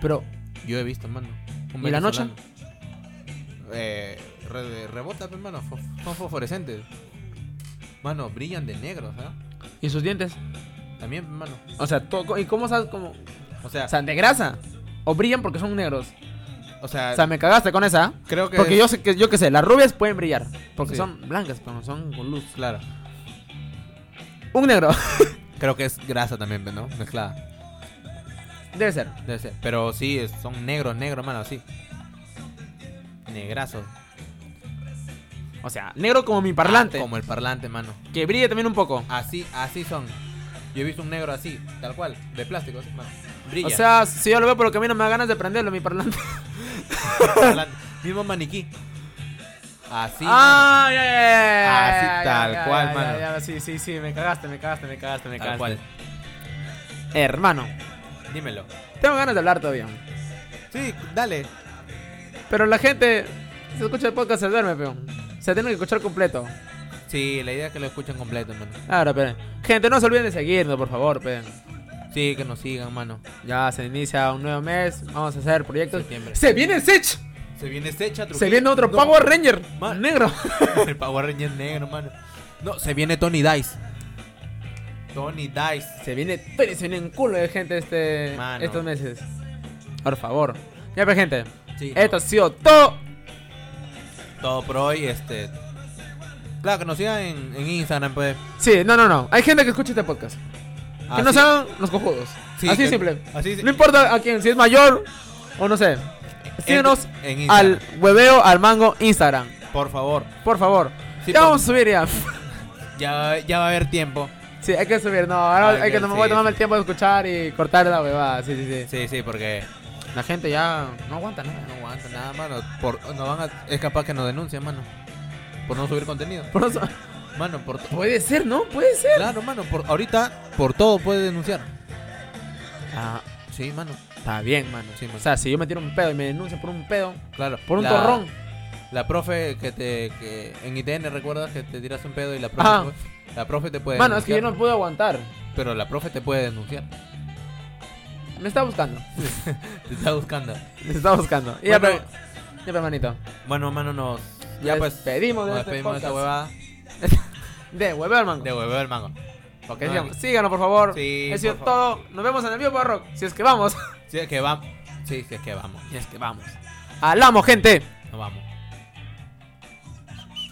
A: Pero,
B: Yo he visto, hermano. Un
A: ¿Y la noche?
B: venezolano. Eh, re- rebota, pe, hermano. fo- Son fosforescentes. Mano, brillan de negros, ¿ah?
A: ¿y sus dientes?
B: También, hermano.
A: O sea, to- ¿y cómo sabes cómo?
B: O sea,
A: O sea, de grasa. O brillan porque son negros.
B: o sea,
A: O sea, me cagaste con esa. ¿ah?
B: creo que.
A: Porque yo sé que yo qué sé, las rubias pueden brillar. Porque
B: Sí.
A: son blancas, pero no son con luz.
B: Claro.
A: Un negro.
B: Creo que es grasa también, pe, ¿no? Mezclada.
A: Debe ser.
B: Debe ser. Pero sí, es- son negros, negros, mano, sí. Ah, Negrazos.
A: O sea, negro como mi parlante.
B: Ah, como el parlante, mano.
A: Que brille también un poco.
B: Así, así son. Yo he visto un negro así, tal cual, de plástico, así, mano. Brilla.
A: O sea, si yo lo veo por el camino me da ganas de prenderlo mi parlante.
B: parlante. mismo maniquí. Así.
A: ah, ya, ya, ya, ya,
B: Así,
A: ya,
B: tal
A: ya,
B: cual,
A: ya,
B: mano.
A: ya, ya, sí, sí, sí, me cagaste, me cagaste, me cagaste, me
B: mano,
A: cagaste.
B: tal cual.
A: Hermano,
B: Dímelo.
A: tengo ganas de hablar todavía.
B: Sí, dale.
A: Pero la gente se escucha el podcast se duerme, peón. Se tiene que escuchar completo.
B: Sí, la idea es que lo escuchen completo, mano.
A: Ahora, pero gente, no se olviden de seguirnos, por favor, pe.
B: Sí, que nos sigan, mano.
A: Ya se inicia un nuevo mes, vamos a hacer proyectos.
B: Septiembre.
A: Se viene el Sech,
B: Se viene este Secha, Trujillo.
A: se viene otro
B: No,
A: Power Ranger
B: Ma-
A: negro.
B: El Power Ranger negro, mano. No, se viene Tony Dice. Tony Dice.
A: Se viene, pero se viene un culo de gente este,
B: Mano.
A: estos meses. Por favor. Ya, pues, gente,
B: Sí, no.
A: esto ha sido todo.
B: Todo por hoy, este. Claro, que nos sigan en, en Instagram, pues.
A: Sí, no, no, no. Hay gente que escucha este podcast. que no
B: Así-
A: sean los cojudos.
B: Sí,
A: así
B: que-
A: simple.
B: Así si-
A: No importa a quién, si es mayor o no sé. Síguenos
B: en Instagram.
A: al hueveo, al mango, Instagram.
B: Por favor.
A: Por favor.
B: Sí,
A: ya
B: por-
A: vamos a subir ya.
B: Ya, ya va a haber tiempo.
A: Sí, hay que subir. No, ahora
B: Ah,
A: hay que
B: bien,
A: no me
B: sí,
A: voy a tomarme
B: sí.
A: el tiempo de escuchar y cortar la huevada. Sí, sí, sí.
B: Sí, sí, porque
A: La gente ya no aguanta nada.
B: no aguanta nada, mano. Por, nos van a, es capaz que nos denuncien, mano. Por no subir contenido.
A: Por eso-
B: Mano, por to-
A: puede ser, ¿no? Puede ser.
B: Claro, mano, por ahorita por todo puede denunciar.
A: Ah,
B: Sí, mano.
A: está bien, mano.
B: Sí, mano.
A: O sea, si yo me tiro un pedo y me denuncian por un pedo,
B: Claro.
A: por un
B: La-
A: torrón.
B: La profe que te que en ITN recuerdas que te tiras un pedo y la profe
A: Ah.
B: la profe te puede
A: Mano, es que
B: denunciar,
A: yo no puedo aguantar.
B: pero la profe te puede denunciar.
A: Me está buscando.
B: Te está buscando.
A: Me está buscando. Y ya, pero-
B: Bueno,
A: ya, pero, hermanito.
B: Bueno, mano, nos ya pues
A: despedimos de
B: nos
A: este
B: despedimos de esta
A: podcast.
B: huevada
A: De hueveo al mango.
B: de hueveo del mango.
A: Que
B: Porque
A: sigan- síganos, por favor.
B: Sí,
A: Eso es
B: por
A: todo. Nos vemos en el vivo, Barrock. Si es que vamos.
B: si es que vamos. Sí, si es que vamos.
A: Si es que vamos. Hablamos, gente.
B: Nos vamos.